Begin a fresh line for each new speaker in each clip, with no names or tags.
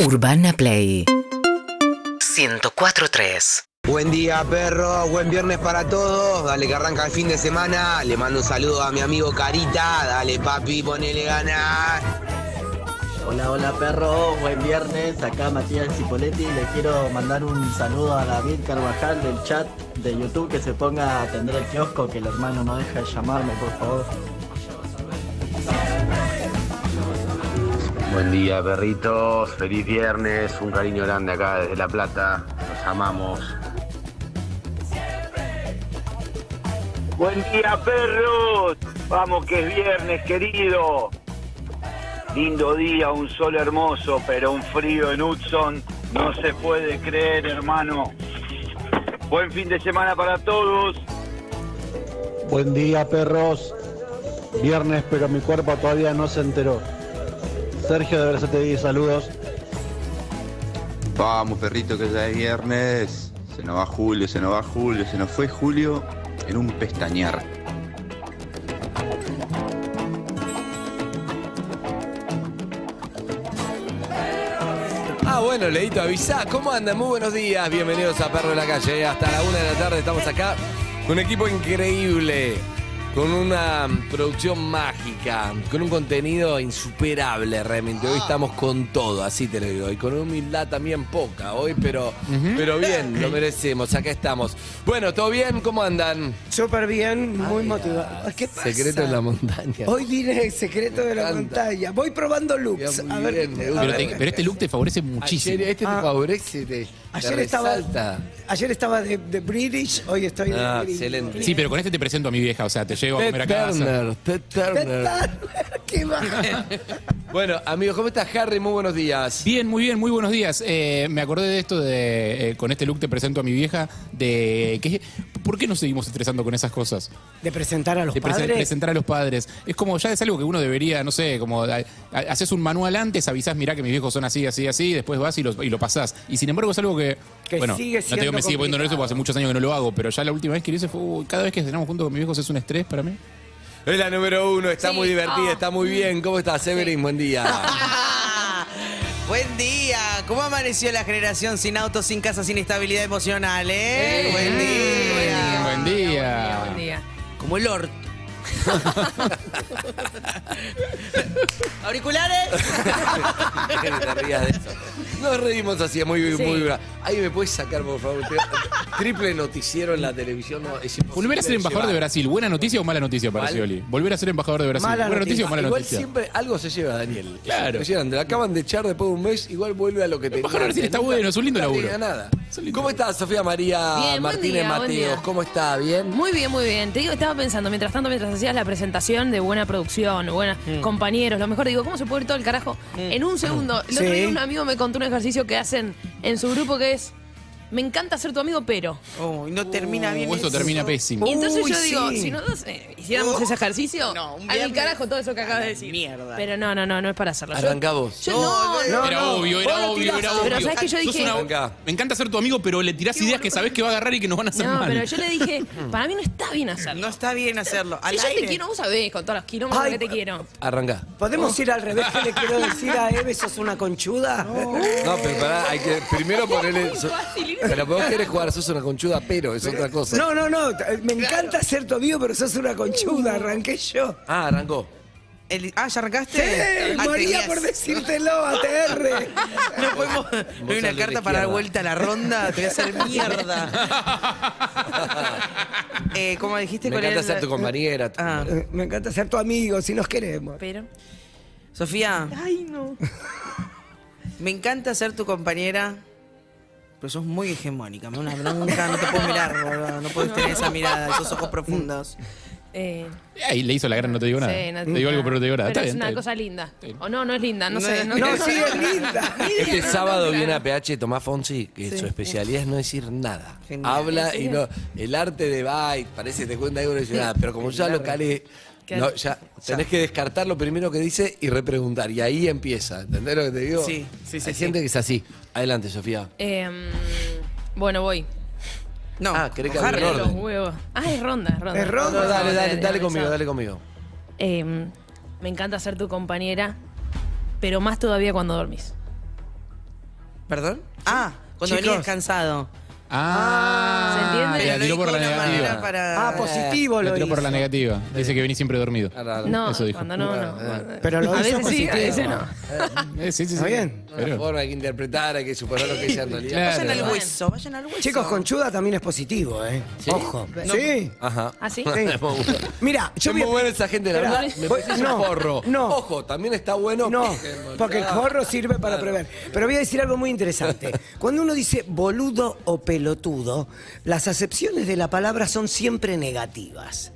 Urbana Play 104.3
Buen día, perro. Buen viernes para todos. Dale que arranca el fin de semana. Le mando un saludo a mi amigo Carita. Dale, papi, ponele ganas.
Hola, hola perro, buen viernes, acá Matías Cipoletti, le quiero mandar un saludo a David Carvajal del chat de YouTube que se ponga a atender el kiosco, que el hermano no deja de llamarme, por favor.
Buen día, perritos. Feliz viernes. Un cariño grande acá desde La Plata. Los amamos.
Buen día, perros. Vamos, que es viernes, querido. Lindo día, un sol hermoso, pero un frío en Hudson. No se puede creer, hermano. Buen fin de semana para todos.
Buen día, perros. Viernes, pero mi cuerpo todavía no se enteró. Sergio de Versate saludos.
Vamos, perrito, que ya es viernes. Se nos va Julio, se nos va Julio, se nos fue Julio en un pestañear.
Ah, bueno, Leito, avisá. ¿Cómo andan? Muy buenos días. Bienvenidos a Perro de la Calle. Hasta la una de la tarde estamos acá con un equipo increíble, con una producción mágica, con un contenido insuperable realmente.
Ah.
Hoy estamos con todo, así te lo digo. Y con una humildad también poca hoy, pero, pero bien, lo merecemos. Acá estamos. Bueno, ¿todo bien? ¿Cómo andan?
Súper bien, muy motivado. ¿Qué pasa?
Secreto en la montaña.
Hoy diré el secreto de la
Me encanta.
montaña. Voy probando looks.
Mira, muy
A ver,
bien, me
a
gusta.
Pero, te-
ver.
pero este look te favorece
Ayer,
muchísimo.
Ah.
este te favorece, te, te
ayer estaba,
resalta.
ayer estaba de, de British, hoy estoy de
Ah,
gringo.
excelente.
Sí, pero con este te presento a mi vieja, o sea, te llevo a
Ted
comer a casa.
Turner, Ted Turner.
Qué baja.
Bueno, amigos, ¿cómo estás, Harry? Muy buenos días.
Bien, muy bien, muy buenos días. Eh, me acordé de esto de eh, con este look te presento a mi vieja, de que ¿por qué nos seguimos estresando con esas cosas?
De presentar a los
De prese-
padres.
presentar a los padres. Es como, ya es algo que uno debería, no sé, como a- a- haces un manual antes, avisás, mirá que mis viejos son así, así, así, después vas y lo, y lo pasás. Y sin embargo es algo que,
Que
bueno,
sigue
no te digo
siendo
me sigue poniendo nervioso porque hace muchos años que no lo hago, pero ya la última vez que lo hice fue, uy, cada vez que cenamos juntos con mis viejos es un estrés para mí.
Es la número uno, está
Sí,
muy divertida,
ah.
está muy bien. ¿Cómo estás, Severin? Buen día.
Buen día, ¿cómo amaneció la generación sin autos, sin casa, sin estabilidad emocional, eh? Buen día.
Buen día. Buen día.
Como el orto. ¿Auriculares?
Te rías de eso. Nos reímos así, muy, muy bra- Ay, ¿me puedes sacar, por favor? Te- Triple noticiero en la televisión. no, es imposible
Volver a ser embajador de
llevar.
Brasil, ¿buena noticia o mala noticia para
¿Cuál?
Scioli? Volver a ser embajador de Brasil,
Mala
¿buena noticia, o mala
Igual
noticia?
siempre algo se lleva, Daniel.
Claro.
Se llevan, te lo acaban de echar después de un mes, igual vuelve a lo que te
Embajador de Brasil está bueno, es un lindo laburo.
nada.
Es un lindo
¿Cómo
laburo.
estás, Sofía María
Bien, buen
Martínez
día, buen
Mateos?
día.
¿Cómo está? ¿Bien?
Muy bien, muy bien. Te digo, estaba pensando, mientras tanto, mientras hacías la presentación de buena producción, buenos compañeros, lo mejor digo, ¿cómo se puede ir todo el carajo? En un segundo. El otro
Sí.
día un amigo me contó un ejercicio que hacen en su grupo que es, me encanta ser tu amigo, pero...
Uy, no termina bien.
Uh, esto
eso.
termina pésimo.
Y entonces
Uy,
yo digo,
sí.
si nosotros eh, hiciéramos ese ejercicio,
No, un
al
viernes.
carajo todo eso que acabas de decir.
Mierda.
Pero no, no, no, no es para hacerlo. Yo-
Arranca vos.
yo no, no,
era
no,
obvio,
vos
era
lo
obvio,
tirás.
era obvio.
Pero ¿sabés que yo
Sos
dije-
Venga.
Me encanta ser tu amigo, pero le tirás ideas que sabés que va a agarrar y que nos van a hacer
no,
mal.
pero yo le dije, para mí no está bien hacerlo.
No está bien hacerlo. Al
Si yo te
aire.
quiero, vos sabés, con todos los kilómetros
Ay,
que te quiero.
Arranca.
¿Podemos ir al revés? ¿Qué le quiero decir a Eve? ¿Sos una conchuda?
No, pero pará, hay que primero ponerle. so-
¿eh?
pero vos querés jugar, sos una conchuda, pero es otra cosa.
No, no, no. eh, Me encanta ser tu amigo, pero sos una conchuda. Arranqué yo.
Ah, arrancó.
Uh. El- ah, ¿ya arrancaste?
¡Eh!
Ah,
Moría
tenías-
por decírtelo, ATR.
No podemos. No hay
sos
una
de la
carta para dar
izquierda.
vuelta a la ronda. Te voy a hacer mierda. eh, ¿Cómo dijiste
Me
con
encanta
el-
ser tu compañera. tu-
Ah,
Eh, Me encanta ser tu amigo, si nos queremos.
Pero...
Sofía. Ay, no. Me encanta ser tu compañera, pero sos muy hegemónica. Me da una bronca, no te puedo mirar, boludo. No puedes tener esa mirada, esos ojos profundos.
Eh,
Ahí le hizo la gran, no te digo nada.
Sí, no-
te digo algo, pero no te digo nada.
Pero
Está
es
bien,
una
está
cosa
bien.
linda. O no, no es linda, no,
No
sé.
es-
No,
No,
no-
sí, es linda.
Este
no, no,
sábado
no,
viene a
claro.
PH Tomás Fonsi, que su especialidad es no decir nada.
Genial.
Habla y no. El arte de Byte, parece te cuenta algo y no dice nada. Pero como ya lo calé,
Claro.
no, ya tenés que descartar lo primero que dice y repreguntar. Y ahí empieza. ¿Entendés lo que te digo?
Sí, sí, sí,
Hay
sí.
gente que es así. Adelante, Sofía.
Em, bueno, voy.
No,
Ah, ¿querés que
ojalá.
hable en
Los
orden?
huevos. Ah, es ronda, es ronda.
Es ronda.
No, dale, dale, dale
no,
conmigo,
eso.
dale conmigo.
Em, me encanta ser tu compañera, pero más todavía cuando dormís.
¿Perdón? Ah, cuando
Chicos.
venías cansado.
Ah,
¿Se entiende? Pero
La
lo
tiró por
dijo
la
de una manera
negativa.
para- Ah, positivo
La
lo
tiró por la
hizo.
negativa. Dice que venís siempre dormido.
No,
Eso dijo.
cuando no, no.
Pero lo
a
hizo
veces sí, a
positivo.
veces no.
Eh, sí, sí,
¿Está
sí.
bien?
Pero-
Una forma hay que interpretar, hay que superar lo que es en realidad.
Vayan al
Al hueso, vayan al hueso.
Chicos, conchuda también es positivo, ¿eh? Ojo.
No.
Sí.
Ajá.
¿Ah, sí?
Sí. Mira, yo
Yo muy
voy a-
buena esa gente, la
Espera,
verdad. Me
voy-
pareces
no,
un forro.
no.
Ojo, también está bueno.
No,
porque-
porque el corro sirve para prever. Pero voy a decir algo muy interesante. Cuando uno dice boludo o pelotudo, las acepciones de la palabra son siempre negativas.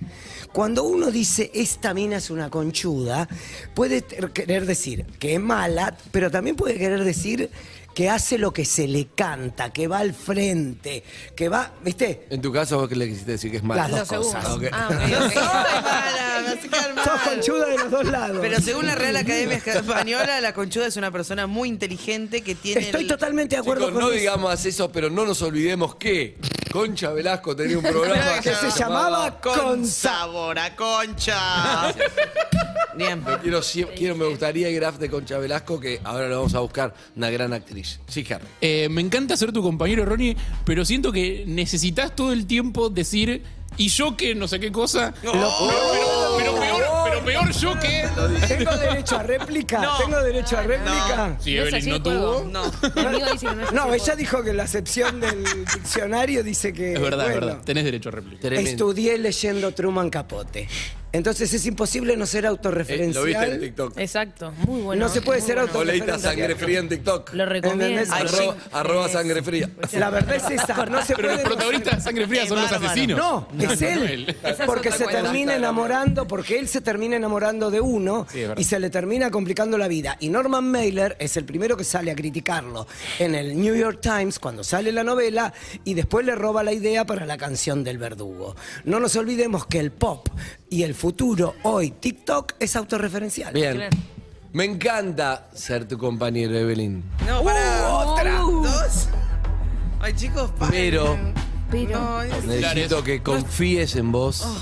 Cuando uno dice esta mina es una conchuda, puede ter- querer decir que es mala, pero también puede querer decir que hace lo que se le canta, que va al frente, que va, ¿viste?
En tu caso, ¿vos qué le quisiste decir que es malo?
Las dos
Ah,
cosas.
ok.
Ah, ok,
No
ok.
soy mala, me hace quedar
Sos
mal.
conchuda de los dos lados.
Pero según la Real Academia Española, la conchuda es una persona muy inteligente que tiene.
Estoy
el-
totalmente de acuerdo
Chicos,
con
no
eso.
digamos eso, pero no nos olvidemos que Concha Velasco tenía un programa
Que se llamaba
Con
Consa.
sabor a concha. Bien.
Quiero, sie- quiero- me gustaría el graf de Concha Velasco, que ahora lo vamos a buscar, una gran actriz. Sí, Harry.
Eh, me encanta ser tu compañero, Ronnie, pero siento que necesitas todo el tiempo decir. Y yo que no sé qué cosa. Pero, pero- pero peor, pero peor yo que.
Tengo derecho a réplica.
No.
Tengo derecho a réplica.
Si
No es
Evelyn
así
no
el juego.
tuvo.
No.
Mi amigo dice que no es así
No,
el
ella
juego.
dijo que la acepción del diccionario dice que.
Es verdad, es
bueno,
verdad. Tenés derecho a réplica.
Tremendo.
Estudié leyendo Truman Capote. Entonces es imposible no ser
Eh, lo
autorreferencial.
viste en TikTok.
Exacto, muy bueno.
No se puede
muy
ser
bueno.
O leíste
autorreferencial.
sangre fría en TikTok.
Lo recomiendo.
¿Entendés? Ay,
Arroba, arroba sangre fría.
Pues La verdad es esa. No se
Pero
puede.
los
no ser-
protagonistas de Sangre Fría
Es
son los
bárbaro.
asesinos.
No, es él.
Esa es
Porque
otra
se
cuenta.
termina enamorando, porque él se termina enamorando de uno
Sí, es verdad.
y se le termina complicando la vida. Y Norman Mailer es el primero que sale a criticarlo en el New York Times cuando sale la novela y después le roba la idea para la canción del verdugo. No nos olvidemos que el pop y el futuro hoy TikTok es autorreferencial.
Bien. Me encanta ser tu compañero, Evelyn.
No, para.
otra.
Dos. Uh, Ay, chicos, para.
Pero
Pero-
No, es-
necesito que confíes en vos.
Oh,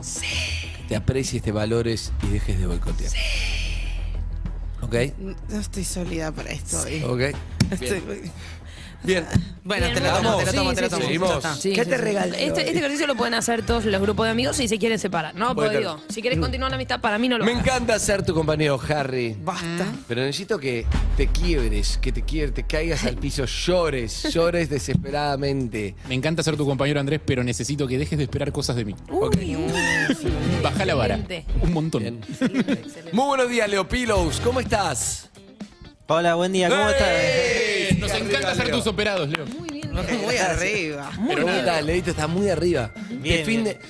que Te aprecies, te valores y dejes de boicotear. ¿Ok?
no estoy sólida para esto. Eh, hoy.
¿Ok?
Estoy-
Bien.
Bueno,
Bien,
te lo
vamos.
tomo, te lo
Sí,
tomo,
sí,
te lo tomo.
sí.
Seguimos.
Ya está.
Sí,
¿Qué
sí,
te
sí.
regaló?
Este, este ejercicio lo pueden hacer todos los grupos de amigos si se quieren separar. No,
Puede
pero digo,
ser.
si quieres continuar la amistad, para mí no lo
Mm. Me
hagas.
encanta ser tu compañero, Harry.
Basta.
Pero necesito que te quiebres, que te quiebres, te caigas al piso, llores, llores desesperadamente.
Me encanta ser tu compañero, Andrés, pero necesito que dejes de esperar cosas de mí.
Uy, uy,
Baja la vara.
excelente.
Un montón.
Muy buenos días, Leo Pilos. ¿Cómo estás?
Hola, buen día, ¿cómo estás?
¡Ey!
Nos encanta ser tus operados, Leo.
Muy bien.
Muy arriba.
Pero vos estás, Leito, estás muy arriba. De fin de-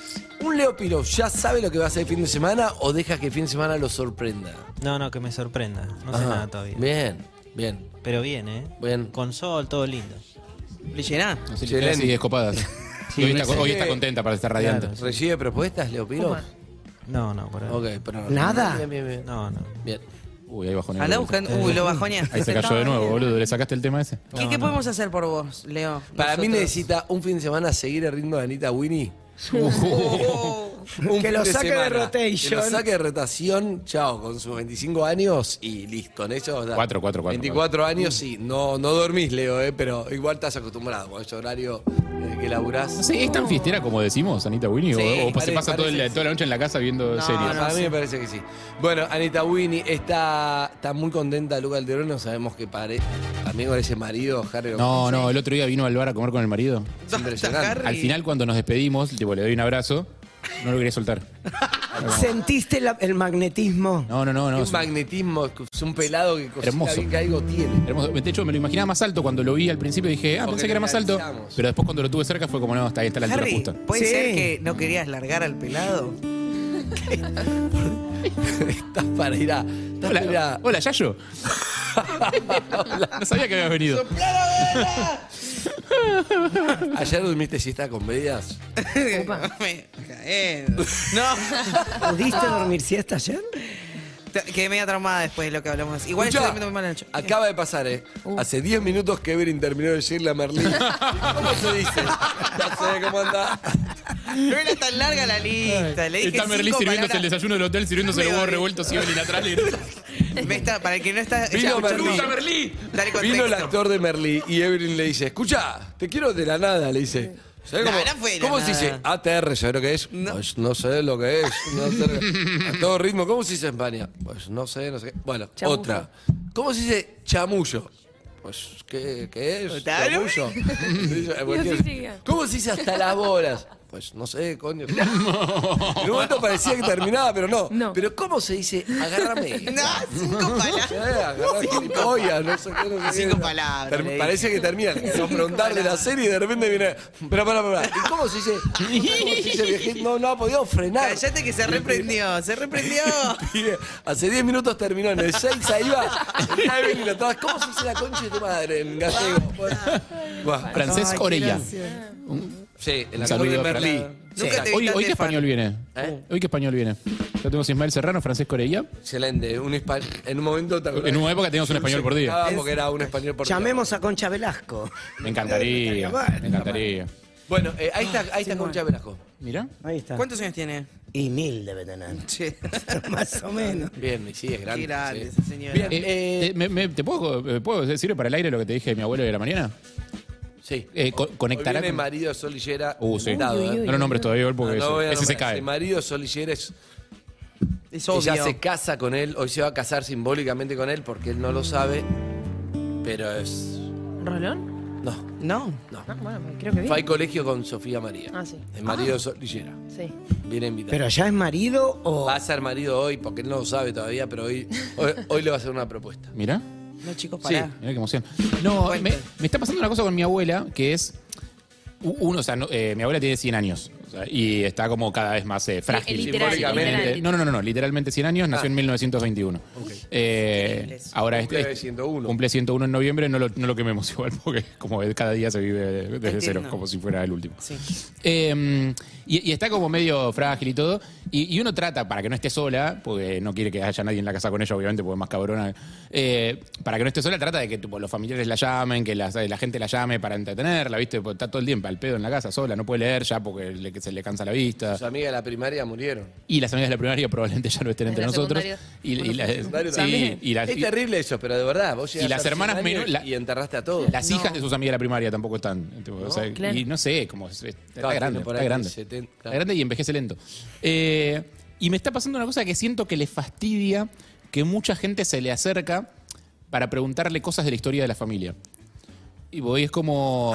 ¿Un Leo Pilos ya sabe lo que va a hacer el fin de semana o dejas que el fin de semana lo sorprenda?
No, no, que me sorprenda. No sé
Ajá.
nada todavía.
Bien, bien.
Pero bien, ¿eh?
Bien.
Con sol, todo lindo.
¿Le llená?
Sí, sí, descopadas. hoy, está, hoy está contenta para estar radiante.
¿Recibe propuestas, Leo Pilos?
No, no, por ahí.
Ok, pero...
¿Nada?
Bien, bien, bien.
No, no.
Bien.
Uy, ahí bajó en el
Andá
boludo.
buscando. Uy, lo bajoneaste.
Ahí se cayó este de nuevo, boludo. ¿Le sacaste el tema ese?
¿Qué, qué podemos hacer por vos, Leo?
Para mí
Nosotros.
necesita un fin de semana seguir el ritmo de Anita Winnie.
Oh.
Un
Que
fin
lo saque de rotation.
Que lo saque de rotación, chao, con sus 25 años y listo. Con eso, da-
Cuatro, cuatro, cuatro,
24 años y no, no dormís, Leo, eh, pero igual estás acostumbrado con ese horario en el que laburás.
No sé, ¿es tan fiestera como decimos, Anita Winnie? ¿O-
Sí,
¿O,
parece-
se pasa todo el-
parece-
toda la noche en la casa viendo
No,
series?
Ah, a mí me parece que sí. Bueno, Anita Winnie está, está muy contenta, Luca Alderón. No sabemos qué pare. También con ese marido, Harry.
No, no, el otro día vino al bar a comer con el marido.
Es impresionante.
Harry.
Al final, cuando nos despedimos, tipo, le doy un abrazo, no lo quería soltar.
¿Sentiste la- el magnetismo?
No, no, no, no.
Un
es un-
magnetismo, es un pelado que cosita
Hermoso.
bien que algo tiene.
hermoso. De hecho, me lo imaginaba más alto cuando lo vi al principio. Dije, ah,
Porque
pensé que era más alto.
realizamos.
Pero después, cuando lo tuve cerca, fue como, no, está ahí, está la altura
Harry,
justa.
¿puede
Sí.
ser que no querías largar al pelado?
Estás para ir a. Estás para ir
Hola,
a-
hola, Yayo. No sabía que habías venido.
Ayer dormiste siesta con medias.
Me caí. no.
¿Pudiste dormir siesta ayer?
Te- Quedé media traumada después de lo que hablamos. Igual
Escuchá,
estoy durmiendo muy mal Uh. la noche.
Acaba de pasar, ¿eh? Hace 10 minutos que Evelyn terminó de decirle a Merlín. ¿Cómo se dice? Ya sé cómo anda.
No era tan larga la lista. Le dije
Está Merlín
cinco
sirviéndose el
palabras.
desayuno del hotel, sirviéndose
Me
los huevos
dormí.
revueltos y Evelyn atrás. le-
Me está- para el que no está.
Vino
escuchando-
Merlí.
Dale contexto.
Vino el actor de Merlí y Evelyn le dice, escucha, te quiero de la nada, le dice. ¿Sabés
No,
cómo,
no fue de la
¿Cómo se
nada.
dice? ATR, ¿sabés lo que es? Pues no sé lo que es. no sé- a todo ritmo, ¿cómo se dice en España? Pues no sé, no sé qué. Bueno,
Chamuyo.
otra. ¿Cómo se dice chamullo? Pues, ¿qué, qué es?
Claro.
Chamullo. Dice, bueno,
Y así sigue.
¿Cómo se dice hasta las bolas? Pues no sé, coño. En un momento parecía que terminaba, pero no. Pero ¿cómo se dice agárrame?
No, cinco palabras.
Oye, no sé qué, no sé
Cinco
qué.
palabras,
Ter-
le dije.
parece que termina. Nos preguntarle la serie y de repente viene. Pero pará, pará. ¿Y cómo se dice? ¿Cómo se dice viejito? No, no ha podido frenar.
Cállate que se reprendió, se reprendió.
Pibe, Hace 10 minutos terminó en el 6, ahí va. Ahí viene y lo tomás. ¿Cómo se dice la concha de tu madre en gallego? Buah,
Francesc
Ay, qué
Orella.
gracia. Sí, el
Un
actor de
saludo a
Merlí.
Fran. Hoy, hoy qué español viene. Hoy qué español viene. Ya tenemos Ismael Serrano, Francesco Orella.
Excelente, un hispa- en un momento te acordás.
En una época teníamos un español por día.
Ah, porque era un español por día.
Llamemos a Concha Velasco.
Me encantaría. Me encantaría.
Bueno, eh, ahí está, ahí está Concha Velasco.
Mira.
Ahí está.
¿Cuántos años tiene?
Y mil debe tener. Más o menos.
Bien, sí, es grande.
Qué grande
sí.
esa señora.
Bien,
Eh, eh, me- me- ¿Te puedo, eh, puedo decir para el aire lo que te dije de mi abuelo de la mañana?
Sí.
Eh, co- conectará
Hoy viene
con-
marido Solillera.
Uh, sí.
invitado, ¿eh?
No lo nombres todavía, Gol, porque
voy a
ese, ese se
nombrar.
cae.
Si marido Solillera es.
Es
Ella
obvio.
se casa con él, hoy se va a casar simbólicamente con él porque él no lo sabe. Pero es.
¿Rolón?
No.
No.
No.
Ah, bueno, creo que
Fue al
bien.
colegio con Sofía María.
Ah, sí.
El marido Solillera.
Sí.
Viene invitado.
Pero ya es marido o.
Ah,
Va a ser marido hoy porque él no lo sabe todavía, pero hoy, hoy, hoy le va a hacer una propuesta.
Mira.
No, chicos,
Sí,
pará.
mirá qué emoción. No, me, me está pasando una cosa con mi abuela que es. u- Uno, o sea, no- eh, mi abuela tiene 100 años o sea, y está como cada vez más eh, frágil.
eh, literal,
psicológicamente.
literal.
No, no, no, no, literalmente 100 años, nació
Ah.
en 1921. Eh, ahora este,
Cumple 101.
cumple 101 en noviembre, no lo, no lo quememos igual porque como es, cada día se vive desde cero,
Entiendo.
como si fuera el último.
Sí.
Eh, y, y está como medio frágil y todo. Y, y uno trata, para que no esté sola, porque no quiere que haya nadie en la casa con ella, obviamente, porque es más cabrona. eh, para que no esté sola, trata de que tipo, los familiares la llamen, que la, la gente la llame para entretenerla, ¿viste? Porque está todo el tiempo al pedo en la casa sola, no puede leer ya porque le- que se le cansa la vista.
Sus amigas de la primaria murieron.
Y las amigas de la primaria probablemente ya no estén entre
La
nosotros.
secundaria.
Y, y la-
Secundario
Eh, sí,
también.
y las-
es
y-
terrible eso, pero de verdad. Vos llegas
y las
a los
hermanas
100 años
menores- la-
y enterraste a todos.
las hijas de sus amigas de la primaria tampoco están. tipo, o sea,
Claro.
Y no sé, como es- está,
Claro,
grande,
tiene por
está
ahí
grande.
70,
Está
claro.
grande y envejece lento. Eh, y me está pasando una cosa que siento que le fastidia que mucha gente se le acerca para preguntarle cosas de la historia de la familia. Y voy, es como.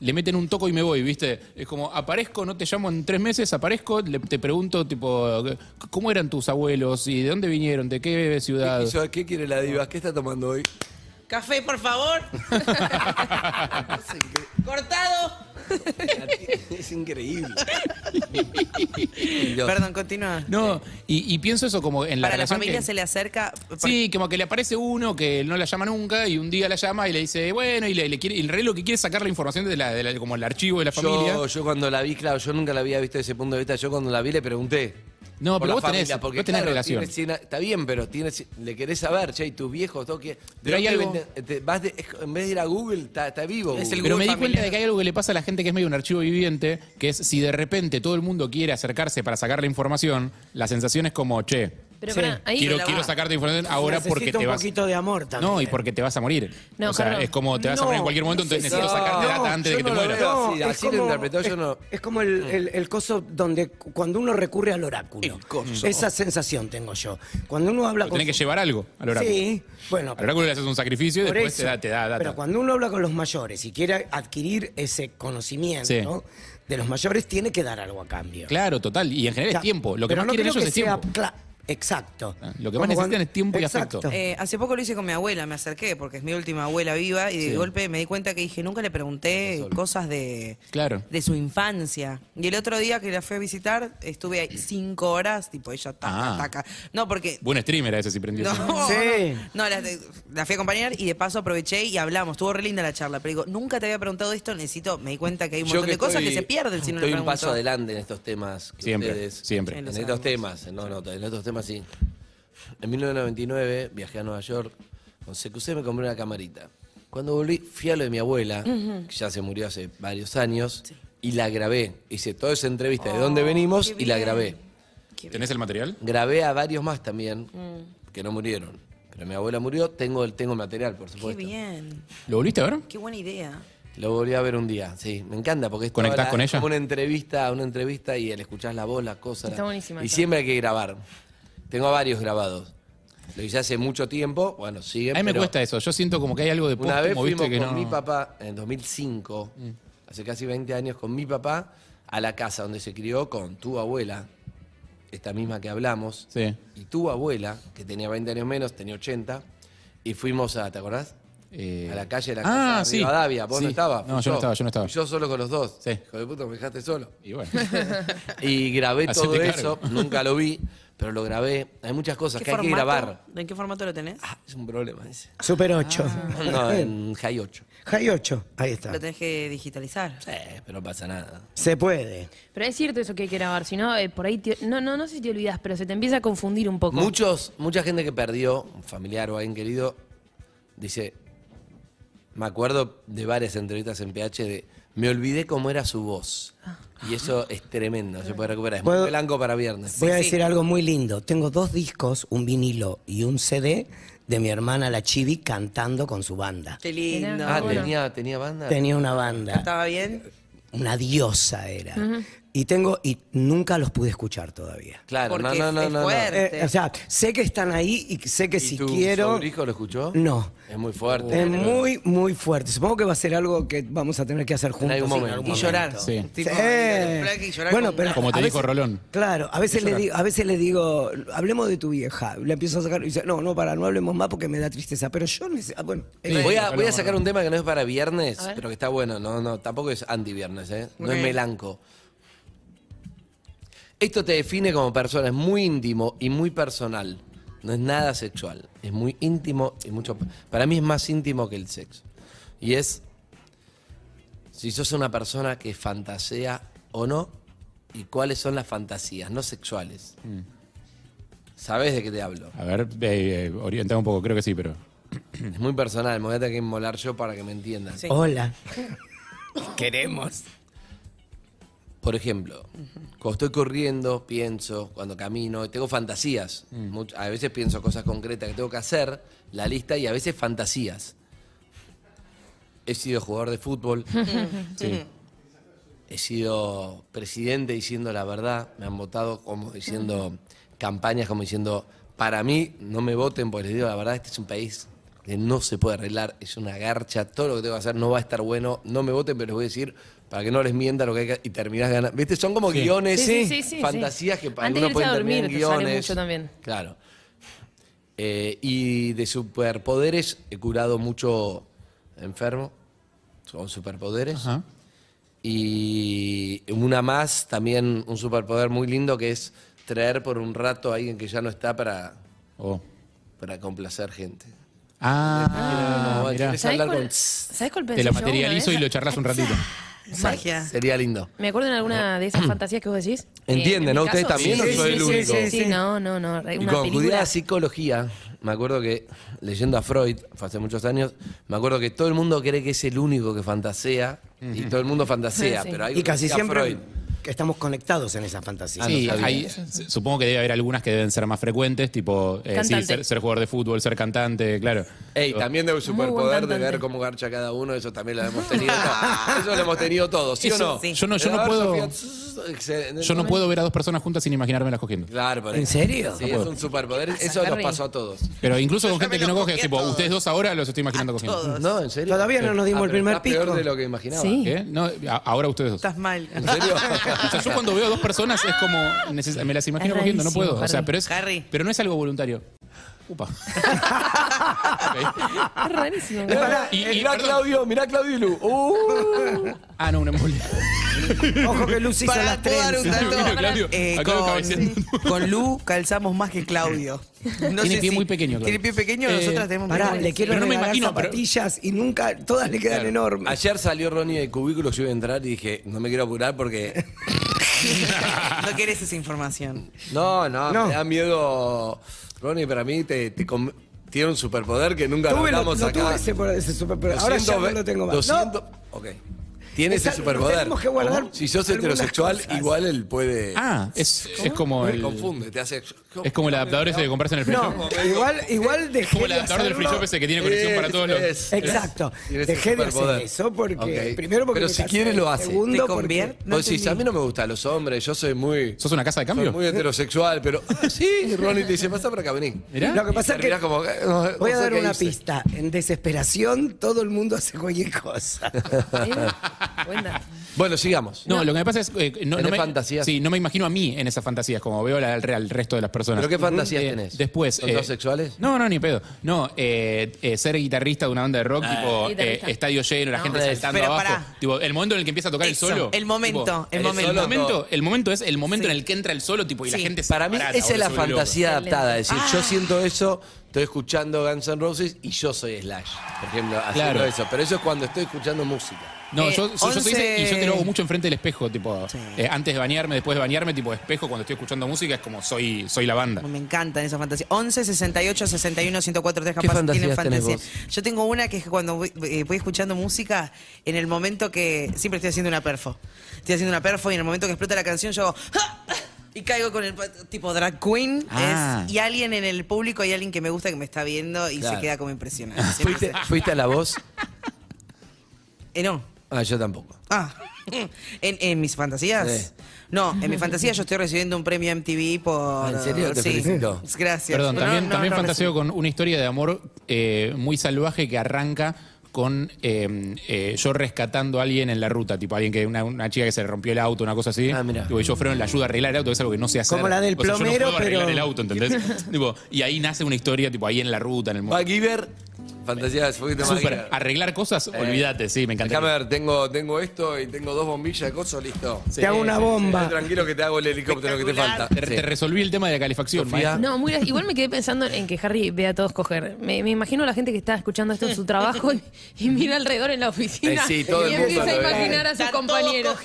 Le meten un toco y me voy, ¿viste? Es como, aparezco, no te llamo en tres meses, aparezco, le- te pregunto, tipo, ¿cómo eran tus abuelos? ¿Y de dónde vinieron? ¿De qué ciudad?
¿Qué, quiso- qué quiere la diva? ¿Qué está tomando hoy?
Café, por favor. Cortado.
es increíble. Dios.
Perdón, continúa.
No, y, y pienso eso como en la
Para la
relación
familia
que-
se le acerca.
Sí, como que le aparece uno que no la llama nunca y un día la llama y le dice, bueno, y le, le quiere, y en realidad lo que quiere es sacar la información de la, de la- como el archivo de la familia.
Yo, yo cuando la vi, claro, yo nunca la había visto desde ese punto de vista. Yo cuando la vi le pregunté.
No,
por la
pero vos tenés-
porque,
vos tenés
claro,
relación.
tiene cien a- está bien, pero tienes, le querés saber, che, y tus viejos, todo que.
Pero hay
¿de dónde
algo-
venden- te vas de- es- en vez de ir a Google, está, está vivo.
Es
Google.
el
pero me di
familiar.
cuenta de que hay algo que le pasa a la gente que es medio un archivo viviente, que es si de repente todo el mundo quiere acercarse para sacar la información, la sensación es como, che,
Pero
Sí.
pará, ahí
quiero,
la-
quiero sacarte información ahora
Necesito
porque te
un
vas...
poquito de amor también.
No, y porque te vas a morir.
No,
o sea,
Carlos,
es como te vas a morir en
no,
cualquier
no
momento, entonces
sé,
necesito
no,
sacarte data antes de
yo
que te
no lo
mueras.
veo. así, así lo interpretó,
es,
yo no-
es como el, el- el coso donde cu- cuando uno recurre al oráculo. Esa sensación tengo yo. Cuando uno habla
Pero
con.
Tenés que llevar algo al oráculo.
Sí, bueno,
Al oráculo le haces un sacrificio y
Por
después
eso.
te da, te da data.
Pero cuando uno habla con los mayores y quiere adquirir ese conocimiento
Sí.
de los mayores, tiene que dar algo a cambio.
Claro, total. Y en general
Ya,
es tiempo. Lo que
pero
más
no
quieren
creo
ellos
que
es
sea
tiempo. Ah,
cla- Exacto.
Lo que más
Como cuando-
necesitan es tiempo y
Exacto.
afecto.
Eh, hace poco lo hice con mi abuela, me acerqué porque es mi última abuela viva y eh, de
Sí.
golpe me di cuenta que dije, nunca le pregunté cosas de,
Claro.
de su infancia. Y el otro día que la fui a visitar, estuve ahí cinco horas, tipo ella taca,
Ah.
taca. No, porque
Buen streamer a ese si prendió.
No,
ese.
no,
Sí.
no, la, la fui a acompañar y de paso aproveché y hablamos. Estuvo re linda la charla, pero digo, nunca te había preguntado esto, necesito, me di cuenta que hay un
Yo
montón de cosas que
estoy-
se pierden si no le
Estoy un
pregunto.
paso adelante en estos temas. que
Siempre,
ustedes-
siempre.
Sí,
En
lo
estos
sabemos.
temas, no, no, en estos temas sí. En 1999 viajé a Nueva York, con CQC me compré una camarita. Cuando volví, fui a lo de mi abuela, que ya se murió hace varios años, y la grabé. Hice toda esa entrevista
Oh,
de dónde venimos y la grabé.
¿Tenés el material?
Mm.
Grabé a varios más también, que no murieron. Pero Pero mi abuela murió, tengo el, tengo el material, por
Qué
supuesto.
bien.
¿Lo volviste a ver?
Qué buena idea.
Lo volví a ver un día, sí. Me encanta porque es toda
¿Conectás
la-
con
es
ella?
como una entrevista, una entrevista y le escuchás la voz, las cosas.
Está buenísima
Y
esa.
siempre hay que grabar. Tengo a varios grabados. Lo hice hace mucho tiempo, bueno, sigue.
A mí me cuesta eso. Yo siento como que hay algo de
Una vez
póstumo,
fuimos
viste, que
con
no. Mm.
mi papá en 2005, hace casi 20 años, con mi papá a la casa donde se crió con tu abuela, esta misma que hablamos,
Sí.
y tu abuela, que tenía 20 años menos, tenía 80, y fuimos a, ¿te acordás? a la calle de la
ah,
casa de
sí.
Rivadavia. ¿Vos
Sí.
no estabas?
No,
Fui
yo no estaba, yo no estaba.
Fui Yo solo con los dos.
Sí.
Hijo de puta, me dejaste solo.
Y bueno.
y grabé
Hacete
todo eso,
cargo.
nunca lo vi, pero lo grabé. Hay muchas cosas
¿Qué
que hay que
formato?
grabar. Ah,
¿En qué formato lo tenés?
Es un problema ese.
Super 8.
No, en High 8,
Hay 8. Ahí está.
Lo tenés que digitalizar.
pero no pasa nada.
Se puede.
Pero es cierto eso que hay que grabar, si no, eh, por ahí, te- no, no, no sé si te olvidas, pero se te empieza a confundir un poco.
Muchos, mucha gente que perdió, un familiar o alguien querido, dice, me acuerdo de varias entrevistas en PH de, me olvidé cómo era su voz.
Ah.
Y eso es tremendo, se puede recuperar. Es muy
¿Puedo-
blanco para viernes.
Voy a decir algo muy lindo. Tengo dos discos, un vinilo y un CD de mi hermana la Chibi cantando con su banda.
Qué lindo.
Ah, tenía, tenía banda.
Tenía una banda,
¿Estaba bien?
una diosa era.
Ujú.
Y tengo y nunca los pude escuchar todavía.
Claro, no,
Porque
no, no,
es
no, no.
fuerte.
Eh, o sea, sé que están ahí y sé que si
¿Tu
quiero
sobrijo lo escuchó?
No.
Es muy fuerte.
es muy muy fuerte. Supongo que va a ser algo que vamos a tener que hacer juntos
algún
en
momento.
algún
Y llorar.
momento.
Sí.
Tipo,
Sí.
ir al plaque y llorar
Bueno,
con-
pero
Como te
a
dijo
veces-
Rolón.
Claro, a veces, le
llorar.
digo, a veces le digo, hablemos de tu vieja. Le empiezo a sacar y dice, no, no, para, no hablemos más porque me da tristeza. Pero yo necesito. Bueno, eh,
voy, a,
Sí,
voy a
no,
sacar un tema que no es para viernes,
A ver.
pero que está bueno. No, no, tampoco es anti-viernes, ¿eh? No
Ok.
es melanco. Esto te define como persona, es muy íntimo y muy personal. No es nada sexual, es muy íntimo y mucho... Para mí es más íntimo que el sexo. Y es si sos una persona que fantasea o no y cuáles son las fantasías, no sexuales. ¿Sabes de qué te hablo?
A ver, eh, eh, orientá un poco, creo que sí, pero.
Es muy personal, me voy a tener que inmolar yo para que me entiendas.
Sí.
Hola. Queremos.
Por ejemplo, cuando estoy corriendo, pienso, cuando camino, tengo fantasías. Much- a veces pienso cosas concretas que tengo que hacer, la lista, y a veces fantasías. He sido jugador de fútbol,
Sí.
he sido presidente diciendo la verdad, me han votado como diciendo campañas, como diciendo, para mí no me voten porque les digo la verdad, este es un país que no se puede arreglar, es una garcha, todo lo que tengo que hacer no va a estar bueno, no me voten, pero les voy a decir para que no les mienta lo que hay que y terminás ganando. ¿Viste? Son como
Sí.
guiones,
Sí, sí, sí, sí,
fantasías
sí.
que para
Antes de
algunos
irte a
pueden terminar en
dormir te sale
guiones.
mucho también.
Claro. Eh, y de superpoderes he curado mucho enfermo con superpoderes.
Ajá.
Y una más, también un superpoder muy lindo que es traer por un rato a alguien que ya no está para,
Oh.
para complacer gente.
Ah,
Como,
mirá.
¿querés hablar con-
¿Sabes cuál pensé
Te
yo
lo
una
materializo
vez?
y lo charlas un ratito.
Magia.
Sería lindo.
Me acuerdo en alguna de esas fantasías que vos decís.
Entienden,
Eh, en
¿no?
mi
Ustedes
caso,
también,
sí,
no
sí,
soy
sí,
el
sí,
único.
sí, sí, no, no, no. Una
Y cuando estudié
película.
la psicología, me acuerdo que, leyendo a Freud, fue hace muchos años, me acuerdo que todo el mundo cree que es el único que fantasea, y todo el mundo fantasea,
Sí.
pero hay
Y casi
a
siempre
Freud.
que estamos conectados en esa
Ah,
fantasía.
sí,
sabía.
hay- s- supongo que debe haber algunas que deben ser más frecuentes, tipo eh, sí,
Cantante.
ser, ser jugador de fútbol, ser cantante, claro.
Ey, también de un superpoder de
cantante.
ver cómo garcha cada uno, eso también lo hemos tenido. todos. eso lo hemos tenido todos, ¿sí o
Eso-
no?
sí. Yo no- yo
A
no
ver,
puedo-
Sofía, tss, excelente.
Yo no puedo ver a dos personas juntas sin imaginármelas cogiendo.
Claro, por
¿En
eso.
serio?
Sí, es un superpoder. Eso
Harry?
nos pasó a todos.
Pero incluso con gente
me
que no
los
coge,
cogí a
tipo,
todos.
ustedes dos ahora los estoy imaginando cogiendo.
Todos.
No, en serio.
Todavía no nos dimos
Ah,
el
pero
primer
está peor
pico.
de lo que imaginaba.
Sí.
¿Qué? ¿Eh? No, a- ahora ustedes dos.
Estás mal.
¿En serio?
O sea, yo cuando veo dos personas es como. neces- Me las imagino
Es
cogiendo, no
rarísimo,
puedo. O sea,
Harry.
pero es.
Harry.
Pero no es algo voluntario. Upa. Ok.
Es rarísimo.
Eh, pará,
Y-
eh,
y-
mirá a
perdón.
Claudio, mirá a Claudio y Lu. Uh.
Ah, no, una embolia.
Ojo que Lucy hizo
Para,
las
¿puedo dar un
trenzas.
dato?
Mira, Claudio,
Eh,
acabo cabeceando.
con, con Lu calzamos más que Claudio. No
Tiene
sé si-
pie muy pequeño, Claudio.
Tiene pie pequeño,
Eh,
nosotras tenemos
Pará,
pie
le quiero
Pero no me
regalar
imagino, pero-
zapatillas y nunca, todas le quedan
Claro.
enormes.
Ayer salió Ronnie del cubículo, yo iba a entrar y dije, no me quiero apurar porque.
No querés esa información.
No, no,
No.
me da miedo. Ronnie, para mí te, te com- tiene un superpoder que nunca lo
Tuve, lo,
hablamos
lo
acá.
tuve ese, por- ese super, pero ahora ya no
200,
lo tengo más.
200,
No,
ok. Tiene ese
Esa-
superpoder.
tenemos que guardar
Si sos
algunas
heterosexual,
cosas.
igual él puede.
Ah, es, es como
Me
el.
confunde, te hace.
Es como el adaptador ese que compras en el free shop.
No, igual, igual dejé
Como el adaptador del free shop ese que tiene conexión para todos los-
Exacto.
Tienes
Dejé de hacer
superpoder.
eso porque.
Ok.
Primero porque.
Pero
me
si
casé,
quiere lo hace.
Segundo porque- no
Vos decís,
entendí.
a mí no me gustan los hombres, yo soy muy.
¿Sos una casa de
cambio? Soy muy heterosexual, pero. Ah, sí, Ronnie te dice, pasa para acá, vení.
Lo que pasa
Y
es que.
terminás como, eh, no, no
voy a
sé
dar
qué
una
hice.
pista. En desesperación, todo el mundo hace cualquier cosa.
bueno, sigamos.
No, lo que me pasa es. eh, no, no
¿Tenés
me,
fantasías?
Sí, no me imagino a mí en esas fantasías, como veo la- al re- al resto de las personas. Eh,
¿Pero qué fantasías tenés?
Después. eh,
¿Son todas sexuales?
No, no, ni pedo. No, eh, eh, ser guitarrista de una banda de rock,
Ah.
tipo, eh,
Guitarrista.
estadio lleno, la
No,
gente
pero
saltando
pará.
abajo. Tipo, el momento en el que empieza a tocar
Eso,
el solo.
el momento,
Tipo,
el momento.
solo, El momento, el momento es el momento
Sí.
en el que entra el solo, tipo, y la
Sí.
gente se
Para mí,
parata,
esa es la
boludo, se vuelve
fantasía
loco.
adaptada. Es decir,
Ah.
yo siento eso, estoy escuchando Guns N' Roses y yo soy Slash, por ejemplo, haciendo
Claro.
eso. Pero eso es cuando estoy escuchando música.
No, yo, yo- yo soy ese- y yo te lo hago mucho enfrente del espejo, tipo, eh, antes de bañarme, después de bañarme, tipo espejo, cuando estoy escuchando música, es como soy, soy la banda.
Me encantan esas fantasías. 11, 68, 61, 104, 3
¿Qué
capaz
fantasías
tienen
tenés
fantasía. Yo tengo una que es que cuando voy, eh, voy escuchando música, en el momento que. Siempre estoy haciendo una perfo. Estoy haciendo una perfo y en el momento que explota la canción, yo hago. "Ah", Y caigo con el pa- tipo drag queen.
Ah.
es- y alguien en el público, hay alguien que me gusta que me está viendo y
Claro.
se queda como impresionado.
¿Fuiste, fuiste a la voz?
Eh, no.
Ah, yo tampoco.
Ah. ¿En, en mis fantasías?
Sí.
No, en mi fantasía yo estoy recibiendo un premio MTV por.
Ah, ¿En serio? Te
sí.
felicito.
Gracias.
Perdón,
No,
también,
no,
también
no
fantaseo
recibí.
con una historia de amor eh, muy salvaje que arranca con eh, eh, yo rescatando a alguien en la ruta, tipo alguien que una, una chica que se le rompió el auto, una cosa así. Tipo, y yo freno la ayuda a arreglar el auto, que es algo que no sé hacer.
Como la del
O sea, yo no
plomero,
puedo arreglar
pero-
el auto, ¿entendés? Tipo, y ahí nace una historia, tipo ahí en la ruta, en el mundo.
MacGyver, fantasías, fuiste
Súper,
MacGyver.
arreglar cosas, olvídate, sí, me encanta.
Déjame ver, tengo, tengo esto y tengo dos bombillas, coso, listo.
Te hago una bomba.
Tranquilo que te hago el helicóptero que te falta.
Te, te resolví el tema de la calefacción,
Sofía.
maestro.
No, muy gra- igual me quedé pensando en que Harry ve a todos coger. Me, me imagino a la gente que está escuchando esto en su trabajo y, y mira alrededor en la oficina.
Eh, sí, todo
y
el mundo
empieza a
lo ve.
imaginar a sus compañeros.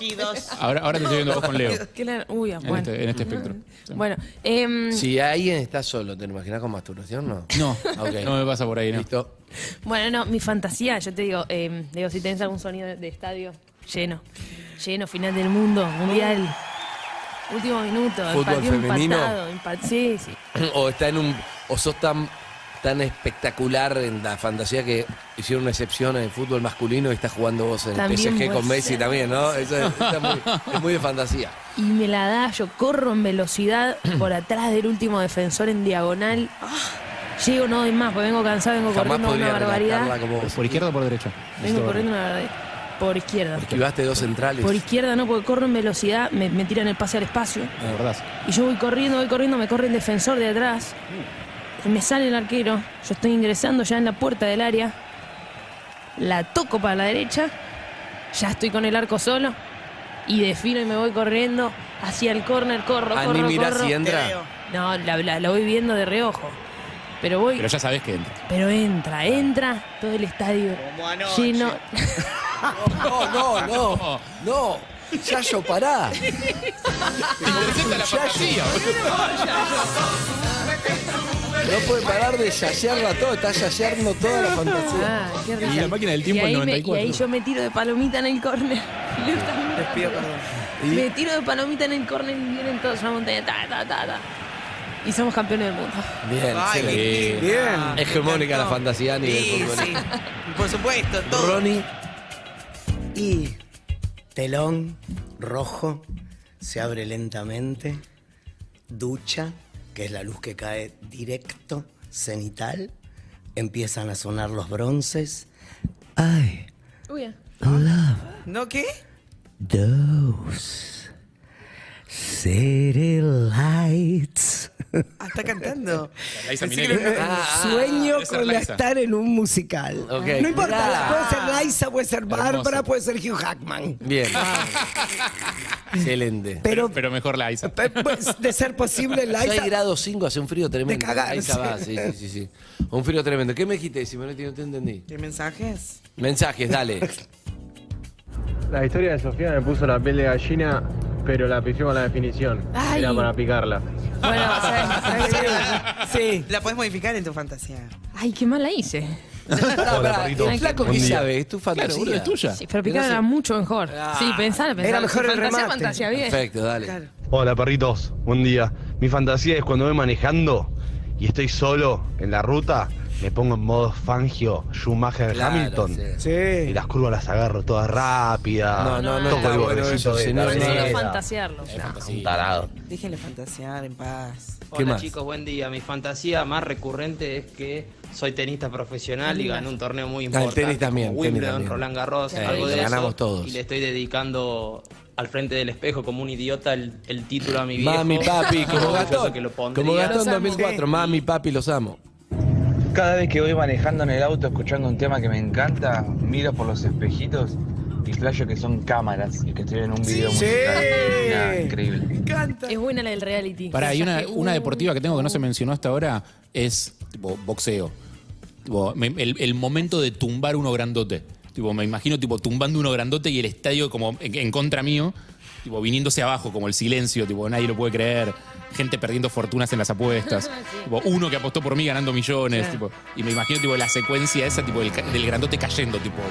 Ahora, ahora te estoy viendo vos con Leo.
Claro, Uy, ah,
En
bueno.
este, en este espectro.
Bueno, em,
Si alguien está solo, ¿te lo imaginas con masturbación no?
No,
Ok.
no me pasa por ahí, ¿no?
Listo.
bueno, no, mi fantasía, yo te digo, em, digo, si tenés algún sonido de, de estadio lleno, lleno, final del mundo, mundial, último minuto, el
Fútbol
partido
femenino.
empatado, empa- sí, sí.
o está en un. o sos tan, tan espectacular en la fantasía que hicieron una excepción en el fútbol masculino y estás jugando vos en el
También
PSG
puede
con Messi
ser.
también, ¿no? Eso es, está muy, es muy de fantasía.
Y me la da, yo corro en velocidad por atrás del último defensor en diagonal. Llego, no doy más, porque vengo cansado, vengo corriendo una barbaridad.
¿Por izquierda o por derecha?
Vengo corriendo una barbaridad. Por izquierda.
Esquivaste dos centrales.
Por izquierda no, porque corro en velocidad, me, me tiran el pase al espacio.
La verdad.
Y yo voy corriendo, voy corriendo, me corre el defensor de atrás. Y me sale el arquero. Yo estoy ingresando ya en la puerta del área. La toco para la derecha. Ya estoy con el arco solo. Y defino y me voy corriendo hacia el córner. Corro,
Ah, ni
corro,
mirás
corro.
si entra.
No, la, la- la voy viendo de reojo. Pero voy.
Pero ya sabes que entra.
Pero entra, entra todo el estadio. Lleno.
No, no, no. No. Yayo, pará.
Intercepta la fantasía.
No puede parar de yasearla todo, está yaseando toda la fantasía.
Ah, qué risa. y ahí me- y ahí yo me tiro de palomita en el córner. Leo también. Me tiro de palomita en el córner y vienen todos a la montaña. Ta, ta, ta, ta. Y somos campeones del mundo.
Bien,
Ay,
Eh,
qué
excelente.
linda.
Hegemónica la fantasía ni
Ah, Sí, sí. Por supuesto, todo.
Ronnie.
Y telón rojo se abre lentamente. Ducha, que es la luz que cae directo, cenital. Empiezan a sonar los bronces. Ay, love
¿No qué?
those city lights.
Ah, está cantando.
Laisa
Pensé
Minelli.
que era-
Ah, ah,
Sueño
debe ser
con
Laisa.
estar en un musical.
Ok.
No importa,
Mirá.
puede ser Liza, puede ser Bárbara,
Hermoso.
puede ser Hugh Hackman.
Bien. Excelente.
Pero,
pero mejor la Isa.
Pues, de ser posible,
Ya hay
Liza.
grado 5, hace un frío tremendo.
De cagarse.
Ahí ya va, sí, sí, sí, sí. Un frío tremendo. ¿Qué me dijiste, Simonetti? No te entendí.
¿Qué mensajes?
Mensajes, dale.
La historia de Sofía me puso la piel de gallina, pero la pifió con la definición.
Ay.
Era para picarla.
Bueno,
¿sabes?
¿sabes? Sí.
La puedes modificar en tu fantasía.
Ay, qué mal la hice.
perrito. El flaco
Buen
que
día.
sabe, es tu fantasía.
Claro, boludo, es tuya.
Sí, pero picar
No sé.
era mucho mejor. Sí, pensar, pensar.
Era mejor el
fantasía,
remate.
fantasía, bien.
Perfecto, dale.
Hola perritos, buen día. Mi fantasía es cuando voy manejando y estoy solo en la ruta, me pongo en modo Fangio, Schumacher,
Claro,
Hamilton.
sí.
Y las curvas las agarro todas rápidas.
No, no, no
Toco
está
el
bueno
bordecito
eso,
de
señor.
la
Solo
avenida.
fantasearlo.
Nah, un tarado.
Déjenle fantasear en paz.
Hola chicos, buen día. Mi fantasía más recurrente es que soy tenista profesional y gané un torneo muy
Ah, el
importante.
tenis también,
como
tenis
Wimbledon,
también.
Roland Garros,
Sí,
algo
lo
de
ganamos
eso.
todos.
Y le estoy dedicando al frente del espejo como un idiota el, el título a mi viejo.
Mami, papi, como
Orgulloso
Gastón.
que lo pondría.
Como Gastón 2004, mami, papi, los amo.
Cada vez que voy manejando en el auto escuchando un tema que me encanta, miro por los espejitos y flasho que son cámaras y que estoy en un video
Sí.
musical.
Sí.
Nada, increíble.
Es buena la del reality.
Pará, y una,
Mensaje,
una
uh,
deportiva que tengo que no se mencionó hasta ahora es tipo boxeo. Tipo, me- el, el momento de tumbar uno grandote. Tipo, me imagino tipo tumbando uno grandote y el estadio como en, en contra mío, tipo viniéndose abajo, como el silencio, tipo, nadie lo puede creer, gente perdiendo fortunas en las apuestas. Tipo, uno que apostó por mí ganando millones,
Claro.
tipo, y me imagino tipo la secuencia esa tipo del, ca- del grandote cayendo, tipo.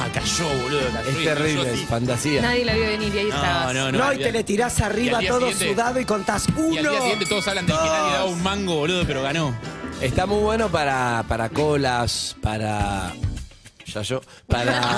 Ah, cayó, boludo.
Es
cayó, y cayó
terrible,
así.
es fantasía.
Nadie la vio venir y ahí
No,
estabas.
no,
No, y te le tirás arriba
Y al día
todo
siguiente-
sudado y contás uno.
Y al día siguiente todos hablan de que nadie daba un mango, boludo, pero ganó.
Está muy bueno para, para colas, para. Ya yo. Para.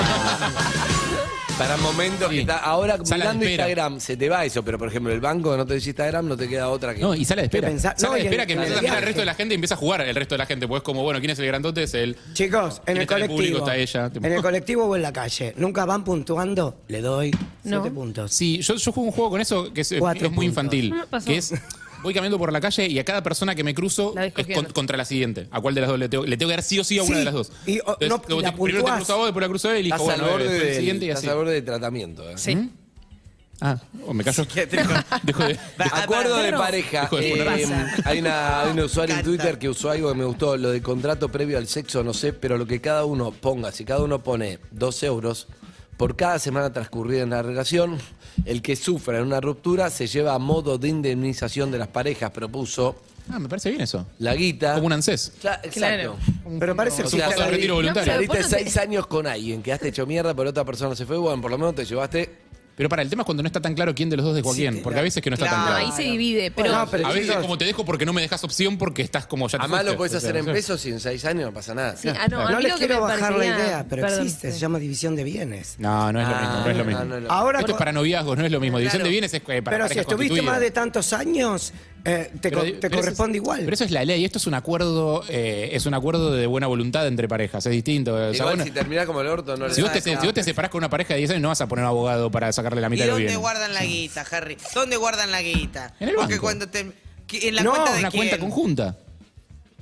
Para momentos que está. Ahora
Sala de
mirando
espera.
Instagram se te va eso, pero por ejemplo, el banco no te dice Instagram, no te queda otra que.
No, y sala de espera. Sala
no,
de
y en-
espera que
en el
empieza a mirar al
viaje.
resto de la gente y empieza a jugar el resto de la gente. Pues como, bueno, ¿quién es el grandote? Es él.
Chicos, en
¿Quién
el
está en el
colectivo.
público? Está ella.
En el colectivo o en la calle. Nunca van puntuando, le doy
No.
siete puntos.
Sí, yo, yo juego un juego con eso que es, es muy
Cuatro puntos.
infantil.
Mm, pasó.
Que es. Voy caminando por la calle y a cada persona que me cruzo es con- contra la siguiente. ¿A cuál de las dos le tengo, le tengo que dar sí o sí a una
Sí,
de las dos?
y, oh, no,
luego
la
te- primero te
puntuás.
cruzo a vos, después la cruzo a él y
Estás
dijo,
al
bueno, eh,
borde
después el
del-
siguiente y
estás
así.
al borde de tratamiento. ¿eh?
¿Mm? Ah, o me callo. Dejo de-
Acuerdo de pareja.
Dejo de
Eh,
poner-
hay, una, hay un usuario en Twitter que usó algo que me gustó, lo de contrato previo al sexo, no sé, pero lo que cada uno ponga, si cada uno pone dos euros por cada semana transcurrida en la relación, el que sufra en una ruptura se lleva a modo de indemnización de las parejas, propuso
Ah, me parece bien eso.
la guita.
Como un ANSES.
Cla-
Claro.
Exacto.
Pero parece
O
que
sea,
está ahí.
Saliste seis años con alguien, quedaste hecho mierda, pero otra persona se fue, bueno, por lo menos te llevaste.
Pero para, el tema es cuando no está tan claro quién de los dos dejó a quién. Porque a veces que no está tan
No,
claro.
ahí se divide, pero.
a veces como te dejo porque no me dejas opción porque estás como ya te
Además lo
fuiste.
puedes hacer en
Sí.
pesos y en seis años no pasa nada.
Sí, ah, no, a
No
mí
les
lo que
quiero
me
bajar
parecería-
la idea, pero
perdón,
existe,
sí.
se llama división de bienes.
No, no es lo
Ah,
mismo, no es lo mismo. Ah,
Ahora
Esto es
con-
para noviazgos, no es lo mismo. División
Claro.
de bienes es eh, para
Pero si
parejas
estuviste
constituidas.
más de tantos años, eh, te, co-
Pero-
te
pero
corresponde
eso es-
igual.
Pero eso es la ley, esto es un acuerdo, eh, es un acuerdo de buena voluntad entre parejas, es distinto. O sea,
Igual
bueno,
si terminás como el orto, no le
si, vos te,
das
se-
nada.
si vos te separás con una pareja de 10 años, no vas a poner un abogado para sacarle la
¿Y
mitad de los
dónde
bienes.
guardan la guita, Harry? ¿Dónde guardan la guita?
En el
Porque
banco.
cuando te. que- En la
no,
cuenta de
una
quién?
cuenta conjunta.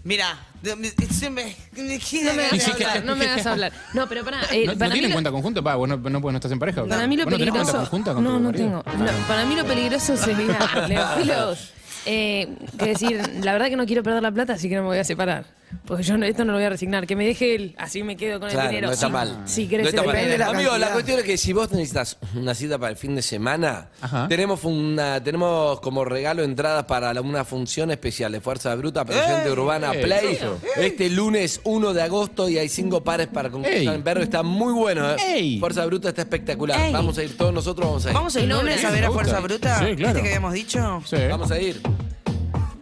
Mira, de- me- se me- me-
No me hagas hablar, no me hagas hablar. No, pero para. eh,
¿No, no
para mí
tienen
lo-
cuenta conjunta? Pa, vos no, no, vos no estás en pareja.
Para mí lo
¿Vos no tenés
peligroso.
cuenta conjunta con
no,
tu
no
marido?
tengo. No, para mí lo peligroso sería, Leófilos, eh, que decir, la verdad que no quiero perder la plata, así que no me voy a separar. Porque yo no- esto no lo voy a resignar. Que me deje él, así me quedo con el
Claro,
dinero.
no está
Sí,
mal.
Sí,
No
querés
está mal.
depende de la
Amigo, la
cantidad.
cuestión es que si vos necesitas una cita para el fin de semana, tenemos una, tenemos como regalo entradas para la- una función especial de Fuerza Bruta para gente urbana
¡Ey!
Play.
Eso.
Este lunes 1 de agosto y hay cinco pares para conquistar
¡Ey!
en perro. Está muy bueno, ¿eh? Fuerza Bruta está espectacular.
¡Ey!
Vamos a ir todos nosotros, vamos a ir.
Vamos el lunes a ver a Fuerza Bruta.
Sí, claro.
¿Viste que habíamos dicho?
Eh.
Vamos a ir.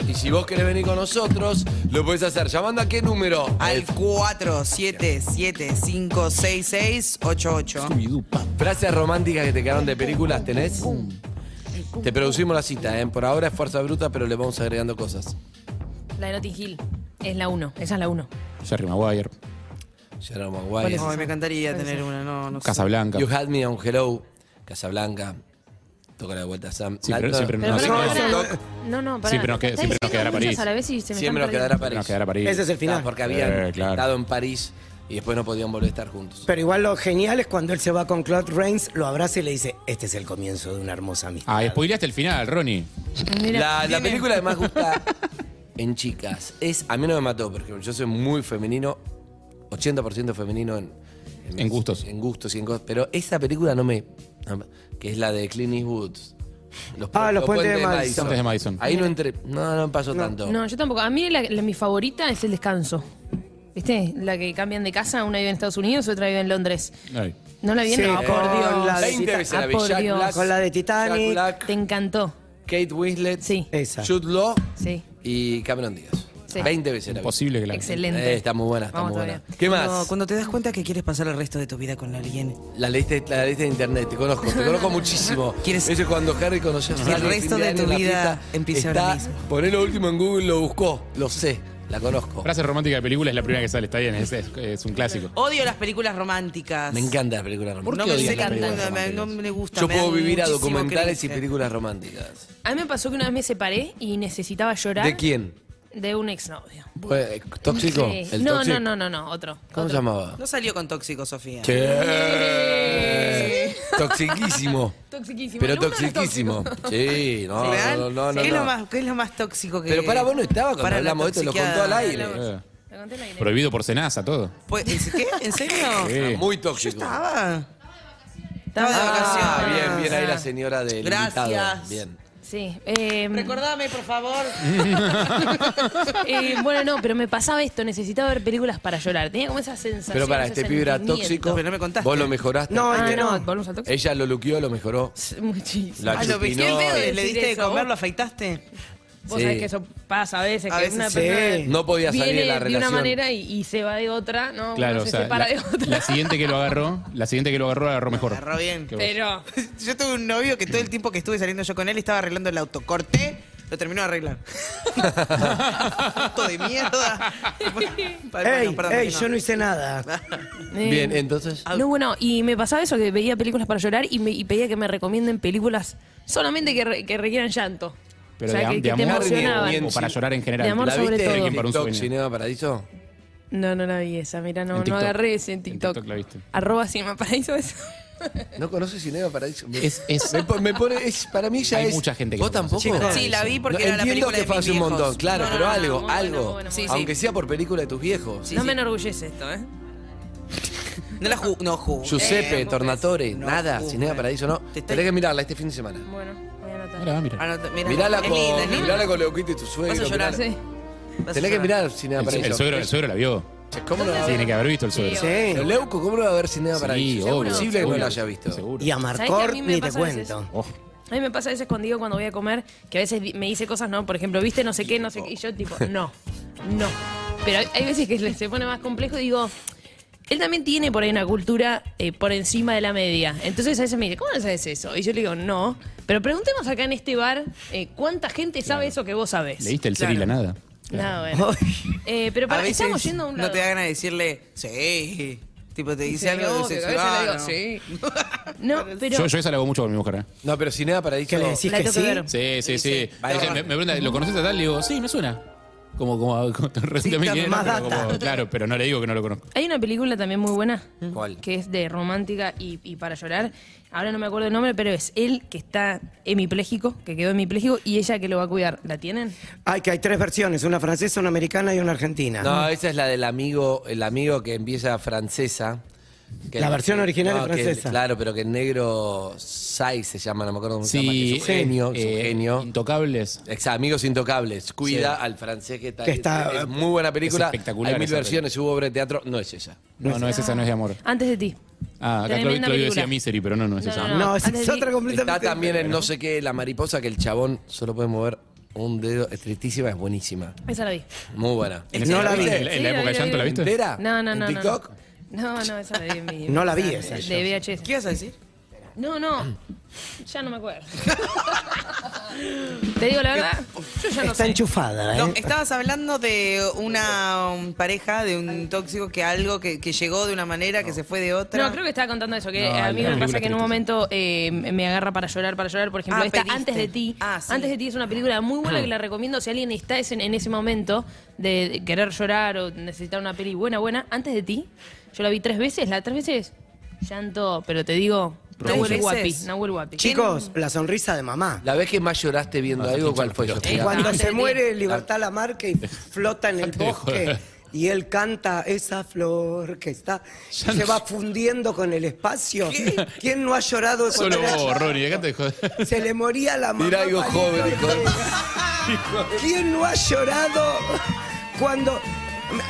Y si vos querés venir con nosotros, lo podés hacer. ¿Llamando a qué número?
Al 47756688.
Frases románticas que te quedaron de películas, ¿tenés? Te producimos la cita, ¿eh? Por ahora es fuerza bruta, pero le vamos agregando cosas.
La de Notting Hill. Es la 1. Esa es la uno.
Jerry Maguire,
Gerard
Ay,
Maguire.
me encantaría tener una, no, no sé.
Casablanca.
You had me on hello. Casablanca. Toca la vuelta a Sam.
Sí, pero- sí, pero
Pero
no
pará,
sé
pará,
qué
pará.
es.
No, no, pará.
Sí, pero nos queda-
Estás
siempre nos
diciendo
quedará
muchas
París.
a la vez y se me
Siempre nos
están
quedará
perdiendo.
París.
Nos quedará París. Ese es el final.
Ah, porque habían
Eh, claro.
estado en París y después no podían volver a estar juntos.
Pero igual lo genial es cuando él se va con Claude Rains, lo abraza y le dice, este es el comienzo de una hermosa amistad.
Ah, spoileaste el final, Ronnie.
La, la película que más gusta en chicas es. A mí no me mató, porque yo soy muy femenino, 80% femenino en, en, gustos. En gustos y en cosas. Pero esa película no me. no me- que es la de Clint Eastwood. Los,
Ah, Los Puentes de Madison.
Puentes de Madison.
Ahí no entré. No, no me pasó tanto.
No, yo tampoco. A mí la- la- mi favorita es el descanso. ¿Viste? La que cambian de casa, una vive en Estados Unidos, otra vive en Londres. ¿No la vieron?
Sí, con la de
20 Eh,
Ah.
veces la
Titanic.
vi, Jack Black,
con la de
Jack
Titanic.
Black,
Te encantó.
Kate Winslet,
Esa.
Jude Law
Sí.
y Cameron Díaz.
Sí.
20 veces la vi.
Imposible que la
vi. Excelente.
Eh, está muy buena, está
Vamos
muy
todavía.
buena. ¿Qué más?
Cuando, cuando te das cuenta que quieres pasar el resto de tu vida con alguien.
La leíste, la leíste de internet, te conozco, te conozco muchísimo. Eso es cuando Harry conoció a
El
Sally el
resto
fin
de
año
tu
en la
vida
fiesta,
empieza
está,
ahora
Poné lo último en Google, lo buscó, lo sé, la conozco.
Frase romántica de película es la primera que sale, está bien, es, es- es un clásico.
Odio las películas románticas.
Me encanta la película
no
romántica.
me
odias las
encantan,
películas
me-
románticas?
no me gusta.
Yo
me
puedo
dan
vivir a
muchísimo
documentales y
cringe.
películas románticas.
A mí me pasó que una vez me separé y necesitaba llorar
¿De quién?
de un exnovio.
Pues, ¿Tóxico?
Sí.
¿El
no,
tóxico?
no, no, no, no, otro.
¿Cómo
otro.
se llamaba?
No salió con tóxico, Sofía.
Che. Toxiquísimo.
Toxiquísimo.
Pero
El uno es
toxiquísimo. Sí, no,
¿Real?
no, no, no,
¿Qué, Es
no.
lo más, qué es lo más tóxico que
Pero para vos no estabas cuando
para la
hablamos de esto, lo contó al
toxiqueada?
aire.
Eh. Prohibido por cenaza, todo.
Pues, ¿Qué? ¿En serio?
Sí.
Muy tóxico.
Estaba. Estaba de vacaciones.
Ah, bien, bien ahí la señora del
Gracias.
invitado. Bien.
Sí. eh,
Recordame, por favor.
Mm.
eh, bueno, no, pero me pasaba esto, necesitaba ver películas para llorar. Tenía como esa sensación.
Pero para,
ese
este pibe era
sentimiento.
tóxico. Vos lo mejoraste.
No, Ah, este no. no, volvemos al tóxico.
Ella lo luqueó, lo mejoró.
Muchísimo.
La chupinó.
¿Le
decir
diste de
eso,
comer?
vos.
¿Lo afeitaste?
Vos
Sí.
sabés que eso pasa a veces,
A
que
veces
una
sí.
persona
No podía salir
viene
de la
una
relación.
manera y, y se va de otra, ¿no?
Claro,
Uno
o
se
sea,
separa
la,
de otra.
la siguiente que lo agarró, la siguiente que lo agarró la agarró mejor.
Agarró bien.
Que vos.
Pero.
Yo tuve un novio que todo el tiempo que estuve saliendo yo con él estaba arreglando el autocorte. Lo terminó de arreglar. Puto de mierda.
Ey,
perdón,
ey,
no.
yo no hice nada.
Eh,
Bien, entonces.
No, bueno, y me pasaba eso, que veía películas para llorar y, me, y pedía que me recomienden películas solamente que, re- que requieran llanto.
Pero
o sea,
de, am-
que,
de
que te
amor
emocionaban.
o para llorar en general.
De amor
¿La
sobre
viste?
todo.
Alguien para un
TikTok,
sueño.
Cinema Paradiso?
No, no la vi esa, mira,
En
no, no
TikTok.
agarré ese en
En
TikTok.
TikTok la viste.
Arroba Cinema Paraíso eso.
¿No conoces Cinema Paradiso? Me-
Es- es-
me, po- me pone, es- para mí ya
Hay
es...
mucha gente que
¿Vos
no conoce
tampoco?
Cinema Sí, Paradiso. la vi porque
No,
era la
entiendo
película de
que
mis
fue hace un
viejos.
montón, claro,
No, no,
pero
no,
algo,
muy bueno,
algo.
muy bueno, muy bueno.
Aunque sea por película de tus viejos.
no me enorgullece esto, ¿eh?
No la ju- no ju-
Giuseppe,
Eh,
Tornatore, nada, Cinema Paradiso, no. Tenés que mirarla este fin de semana.
Bueno, voy a anotar.
Mira, mira.
anota- Ah, mirá.
Mirala
Es
con,
linda, es linda.
mirala con Leuquito y tu suegro.
Vas a llorar.
mirala.
Vas a
Tenés que
llorar.
mirar Cinema
El, su-
Paradiso.
el suegro, el suegro la vio.
¿Cómo no?
Tiene que haber visto el suegro.
Sí. Pero Eh, Leuco, ¿cómo no va a haber Cinema
Sí,
Paradiso?
obvio,
es imposible que no
seguro.
lo haya visto.
Seguro.
Y a
¿Sabés que a
Marcor
mí me
ni te
pasa a veces?
cuento.
A mí me pasa a veces cuando digo cuando voy a comer, que a veces di- me dice cosas, ¿no? Por ejemplo, viste no sé qué, no sé qué. Y yo tipo, no, no. Pero hay, hay veces que se pone más complejo y digo, él también tiene por ahí una cultura eh, por encima de la media. Entonces a veces me dice, ¿cómo no sabes eso? Y yo le digo, no. Pero preguntemos acá en este bar, eh, ¿cuánta gente sabe eso que vos sabés?
Leíste el ser y la nada.
No, bueno. Eh, pero para,
A veces
estamos yendo a un
No
lado.
te da ganas de decirle, sí. Tipo, te dice
Sí,
algo
obvio, que a
sexual.
veces le digo,
¿no?
No, pero...
Yo, yo esa la hago mucho con mi mujer. ¿eh?
No, pero Cinema Paradiso...
¿Qué le
decís La que tengo que sí? ver.
Sí, sí, sí.
Vale.
Ella me, me pregunta, ¿lo conoces a tal? Le digo, sí, me suena. Como, como, como resulta
dame
bien,
más
pero
data.
como- claro, pero no le digo que no lo conozco.
Hay una película también muy buena.
¿Cuál?
Que es de romántica y, y para llorar. Ahora no me acuerdo el nombre, pero es él que está hemipléjico, que quedó hemipléjico, y ella que lo va a cuidar. ¿La tienen?
Ay, que hay tres versiones, una francesa, una americana y una argentina.
No, esa es la del amigo, el amigo que empieza francesa. que-
La versión original es
que-
francesa.
claro, pero que en negro Sai se llama, no me acuerdo cómo se llama. que
Sí,
es un genio, es un
eh,
genio.
Intocables.
Exa- amigos intocables. Cuida
Sí.
al francés que está.
Que está-
es muy buena película.
Es espectacular
Hay mil
esa
versiones, hubo obra de teatro. No es ella.
No, no es esa, no es de amor.
Antes de ti.
Ah, acá Clau-
Tremenda
Claudio
película.
decía Misery, pero no, no es
No, no,
esa.
no. No, esa es Antes de- otra completamente
Está también en no sé qué, la mariposa, que el chabón solo puede mover un dedo. Es tristísima, es buenísima.
Esa la vi.
Muy buena.
¿En No esa- la vi. en la- en la época de llanto la viste?
¿Entera?
No, no, no. no,
¿En TikTok?
No, no, no, esa la vi en mi-
No la vi
de-
esa, yo.
De VHS.
¿Qué ibas a decir?
No, no. Ya no me acuerdo. Te digo la verdad, yo ya no
Está
sé.
enchufada, ¿eh?
No, estabas hablando de una um, pareja, de un tóxico que algo que, que llegó de una manera, que se fue de otra.
No, creo que estaba contando eso, que a mí
No, la
me
película
pasa que en un
triste.
momento eh, me agarra para llorar, para llorar, por ejemplo,
Ah,
esta
pediste. Ah,
Antes de ti. Antes de ti es una película muy buena
Hmm.
que la recomiendo si alguien está ese- en ese momento de de querer llorar o necesitar una peli buena, buena. Antes de ti, yo la vi tres veces, la tres veces, llanto, pero te digo,
Tres
Nahuel
veces.
Guapi, Nahuel Guapi.
Chicos, la sonrisa de mamá.
La vez que más lloraste viendo algo, ¿cuál fue? Sofía?
Cuando se muere Libertad Lamarque y flota en el bosque y él canta esa flor que está se va fundiendo con el espacio. ¿Quién no ha llorado? cuando
Solo
era
vos,
chico?
Ronnie, dejate de joder.
Se le moría la mamá.
Mira algo
Palito.
joven, hijo de-
¿Quién no ha llorado cuando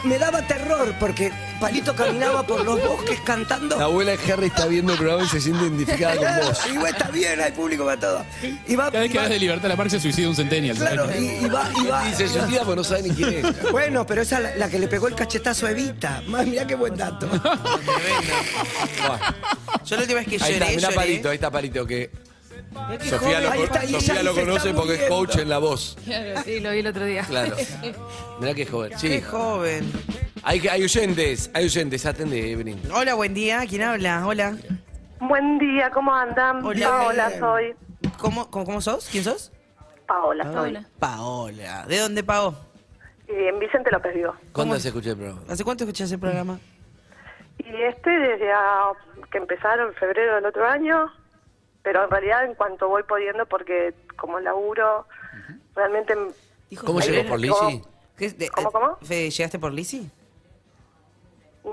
Me, me daba terror porque Palito caminaba por los bosques cantando.
La abuela de Harry está viendo el programa y se siente identificada con vos.
Y bueno, está bien, hay público para todo. Y va,
Cada vez que
y va-
hablas de libertad, la par se suicida un centennial.
Claro,
¿sabes?
y, y va, y va.
Dice, "Yo tía, pues, no sabe ni quién es".
Bueno, pero esa es la, la que le pegó el cachetazo a Evita. Más, mirá qué buen dato.
Yo la última vez que
Ahí está,
lloré,
mirá
lloré.
Palito, ahí está Palito que.
qué
Sofía
joven.
lo,
Ahí está, y ella
Sofía lo
se está
conoce porque es coach
muriendo.
en la voz.
Claro, sí, lo vi el otro día.
Claro. Mirá qué joven. Sí.
Qué joven.
Hay, que- hay oyentes, hay oyentes, atende, Evelyn.
Hola, buen día. ¿Quién habla? Hola.
Buen día, ¿cómo andan?
Hola.
Paola soy.
¿Cómo, cómo, cómo sos? ¿Quién sos?
Paola soy.
Paola. ¿De dónde, Pao?
Y en Vicente López vivo.
¿Cuándo se escucha el programa?
¿Hace cuánto escuchás el programa?
Y este desde ah, que empezaron en febrero del otro año, pero en realidad en cuanto voy pudiendo, porque como laburo, realmente...
¿Cómo llegó por Lisi?
¿Qué es de- eh, Fe, ¿Llegaste por Lisi?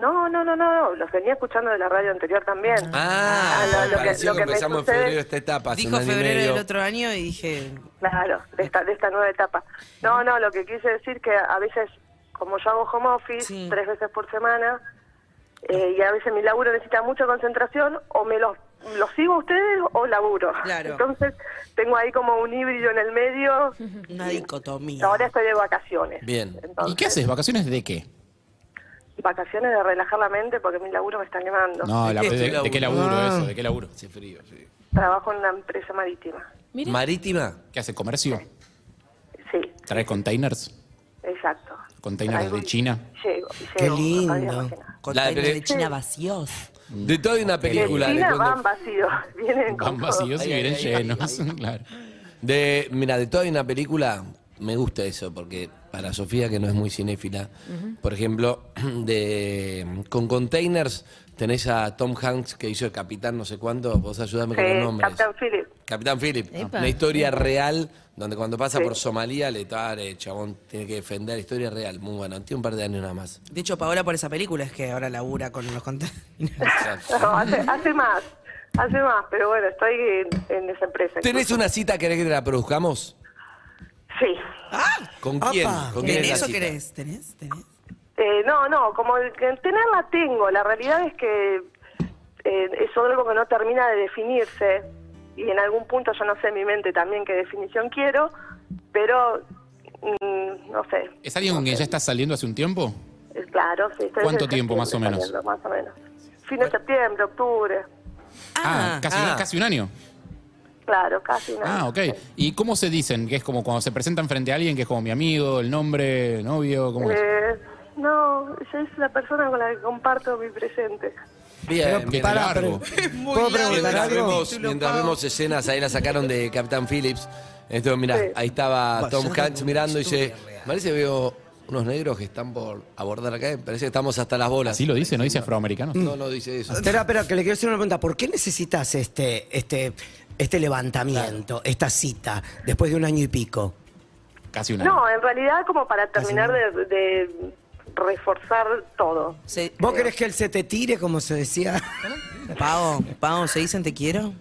No, no, no, no, los venía escuchando de la radio anterior también.
Ah,
lo- lo que-
pareció
lo
que,
que me
empezamos en
sucede-
febrero esta etapa. hace
Dijo
un año y
febrero
medio.
del otro año y dije...
Claro, de esta, de esta nueva etapa. No, no, lo que quise decir que a veces, como yo hago home office tres veces por semana, eh, y a veces mi laburo necesita mucha concentración, o me los, los sigo a ustedes o laburo.
Claro.
Entonces, tengo ahí como un híbrido en el medio.
Una dicotomía.
Ahora estoy de vacaciones.
Bien.
¿Y qué haces? ¿Vacaciones de qué?
Vacaciones de relajar la mente porque mi laburo me está quemando.
No, Ah, la-
qué
de,
estoy
de qué
laburando?
laburo eh.
Ah.
eso? ¿De qué laburo?
Este Hace frío, sí.
Trabajo en una empresa marítima.
¿Marítima?
¿Qué hace? ¿Comercio?
Sí,
¿Trae containers?
exacto.
¿Containers de China?
Llego,
Qué
llego, no sabía
lindo.
imaginar.
Containers
de China
vacíos.
De todo hay una película.
De
de
China van
cuando-
vacíos, vienen con
Van
todo.
vacíos y vienen llenos,
claro.
De, mira, de toda una película, me gusta eso, porque para Sofía, que no es muy cinéfila,
Ujú.
por ejemplo, de con containers tenés a Tom Hanks, que hizo el capitán no sé cuánto, vos ayudame con los
Sí,
nombres.
Captain Philip.
Capitán Philip,
Epa.
una historia real donde cuando pasa
Sí.
por Somalia le el chabón tiene que defender, historia real, muy bueno, tiene un par de años nada más.
De hecho, Paola por esa película es que ahora labura con los contenidos.
No, hace, hace más, hace más, pero bueno, estoy en, en esa empresa.
¿Tenés una cita, querés que te la produzcamos?
Sí.
Ah,
¿Con quién? ¿Con quién es la
¿Tenés o
cita?
querés? ¿Tenés? ¿Tenés?
Eh, no, no, como el que tenerla tengo, la realidad es que eh, es algo que no termina de definirse y en algún punto yo no sé en mi mente también qué definición quiero, pero mm, no sé,
¿Es alguien con quien ya estás saliendo hace un tiempo?
es Eh, claro. sí, estoy
¿Cuánto
desde
tiempo, más o
septiembre
menos?
saliendo, Más o menos. Fin de septiembre, octubre,
Ah, casi, un-
ah.
casi un año.
claro, casi nada.
Ah, ok. ¿Y cómo se dicen? Que es como cuando se presentan frente a alguien, que es como mi amigo, el nombre, el novio, ¿cómo es?
Eh, no, ella es la persona con la que comparto mi presente.
Bien, bien.
pará,
largo.
¿Puedo
Mientras vemos, mientras vemos escenas, ahí la sacaron de Capitán Phillips. Esto, mirá, ahí estaba Tom Hanks mirando y dice, parece que veo unos negros que están por abordar acá, parece que estamos hasta las bolas.
¿Sí lo dice? ¿No dice afroamericano?
No, no dice eso.
Espera, espera, que le quiero hacer una pregunta. ¿Por qué necesitas este, este, este levantamiento, esta cita, después de un año y pico?
Casi
No, en realidad como para terminar de, de reforzar todo.
¿Vos querés que él se te tire, como se decía?
Pao, Pao, ¿se dicen te quiero?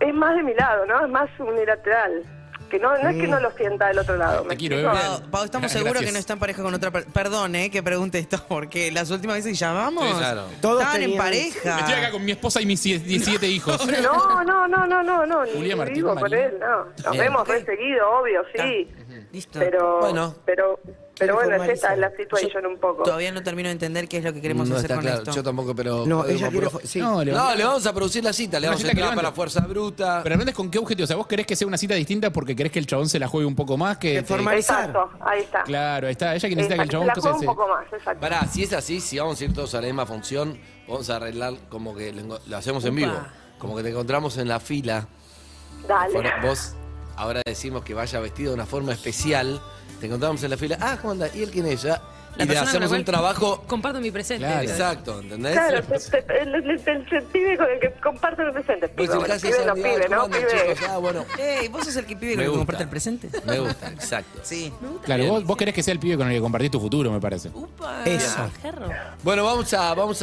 Es más de mi lado, ¿no? Es más unilateral. Que no, no es que
Mm.
no lo sienta del otro lado. ¿me explico?
Pau, Pau, estamos
Gracias.
seguros que no está en pareja con otra persona. Perdón, eh, que pregunte esto, porque las últimas veces que llamamos
Sí, claro.
Todos
estaban en
tenían-
pareja.
Estoy acá con mi esposa y mis 17 hijos.
No, no, no, no, no, no. Ni
Julia Martín
vivo con
Marín.
él, no. Nos
Bien.
vemos re seguido, obvio, sí. Pero,
Bueno.
pero, pero bueno, es
formalizar.
esta es la situación un poco.
Todavía no termino de entender qué es lo que queremos
no
hacer
está
con
claro,
esto.
yo tampoco, pero...
No,
podemos
ella quiere
pro-
fo- sí. No, le vamos-
No, le vamos a producir la cita, le
Una
vamos a
cita que
entregar para
levanta.
Fuerza Bruta.
Pero aparte es con qué objetivo. O sea, vos querés que sea una cita distinta porque querés que el chabón se la juegue un poco más. Que te-
Exacto, ahí está.
Claro, ahí está. Ella que necesita que el
Exacto,
chabón
la juego
se-
un poco más, exacto.
Pará, si es así, si vamos a ir todos a la misma función, vamos a arreglar como que lo, enco- lo hacemos en
Upa.
vivo. Como que te encontramos en la fila.
Dale.
Ahora, Vos ahora decimos que vaya vestido de una forma especial. Te encontramos en la fila. Ah, ¿cómo anda? ¿Y él quién es? Ya.
La
y le
persona con la
hacemos
cual
un trabajo.
Comparto mi presente.
Exacto, ¿entendés? Pues
Claro, te- te- el, el- el- el pibe con el que comparto el presente. Pibe,
Pues el
bueno,
caso
pibe
es
no
Santiago,
pibe,
¿cómo
¿no?
andan,
Pibe.
chicos? Ah, bueno.
Ey, vos sos el que pibe con el
Me
que
gusta.
comparte el presente.
Me gusta, exacto.
Sí.
Claro, vos, vos querés que sea el pibe con el que compartís tu futuro, me parece.
Eso. Bueno, vamos a, vamos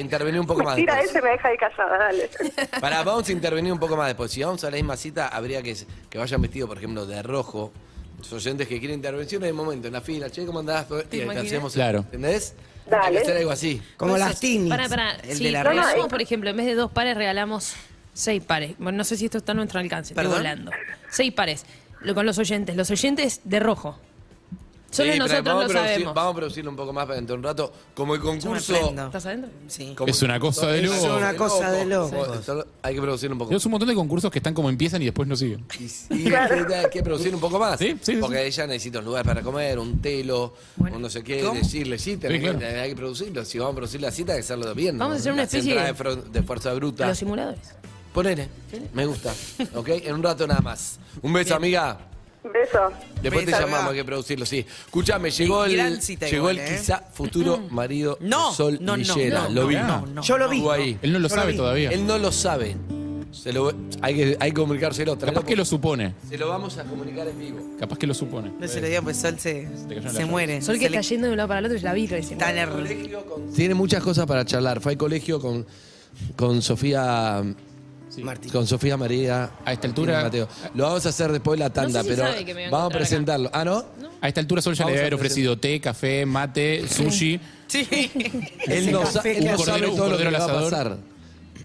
intervenir un poco más.
Mentira,
después.
ese me deja ahí casada, dale.
Pará, vamos a intervenir un poco más después. Si vamos a la misma cita, habría que, que vayan vestidos, por ejemplo, de rojo. Los oyentes que quieren intervenciones de momento, en la fila, che, ¿cómo andás? Y
imaginas?
hacemos,
Claro.
¿entendés?
Dale.
Hay que hacer algo así.
Como las tinis.
Para, para.
El
sí,
de la
no,
red.
no, por ejemplo, en vez de dos pares regalamos seis pares. Bueno, no sé si esto está a nuestro alcance, estoy
¿Perdón?
volando. Seis pares. Lo con los oyentes. Los oyentes de rojo.
Sí,
Solo
pero
nosotros
vamos
lo
a producir-
sabemos.
Vamos a producirlo un poco más para dentro de un rato. Como el concurso.
¿Estás adentro? Sí.
como-
Es una cosa de
Es
loco.
una cosa de loco.
Como- esto- Hay que producirlo un poco
Es un montón de concursos que están como empiezan y después no siguen.
Y hay que producir un poco más. porque ella necesita un lugar para comer, un telo, un no sé qué, decirle, sí, tenés
claro.
que- hay que producirlo. Si vamos a producir la cita, hay que hacerlo bien.
Vamos a hacer una
Las
especie
entradas de, fro- de fuerza bruta.
Los simuladores.
Ponele. Me gusta. ¿Ok? En un rato nada más. Un beso, amiga.
Beso.
Después te
Beso,
llamamos,
amiga.
hay que producirlo, sí. Escuchame, llegó el,
Gran cita
llegó
igual,
el
¿eh?
quizá futuro marido de
No,
Sol
no, no,
Lillera.
no,
lo vi.
no, no, no, Yo lo vi.
Estuvo ahí.
Él no lo Yo lo sabe vi. todavía.
Él no lo sabe. Se lo, hay, que, hay que comunicárselo.
Capaz que lo supone.
Se lo vamos a comunicar en vivo.
Capaz que lo supone.
No se lo diga, pues Sol se,
cayeron
se
las
muere.
Sol que
Se le-
está yendo de un lado para el otro y la vi recién.
Tan
Tiene muchas cosas para charlar. Fue al colegio con, con Sofía. Con Sofía María.
A esta altura-
Mateo. Lo vamos a hacer después de la tanda,
si
pero
sabe que me va a
vamos a
encontrar acá.
presentarlo. Ah, ¿no?
A esta altura Sol ya
Vamos
le debe
a
haber ofrecido té, café, mate, sushi.
Sí.
Él no, sa- él
un
no sabe
cordero, un
todo lo que
cordero
le va a
al
pasar.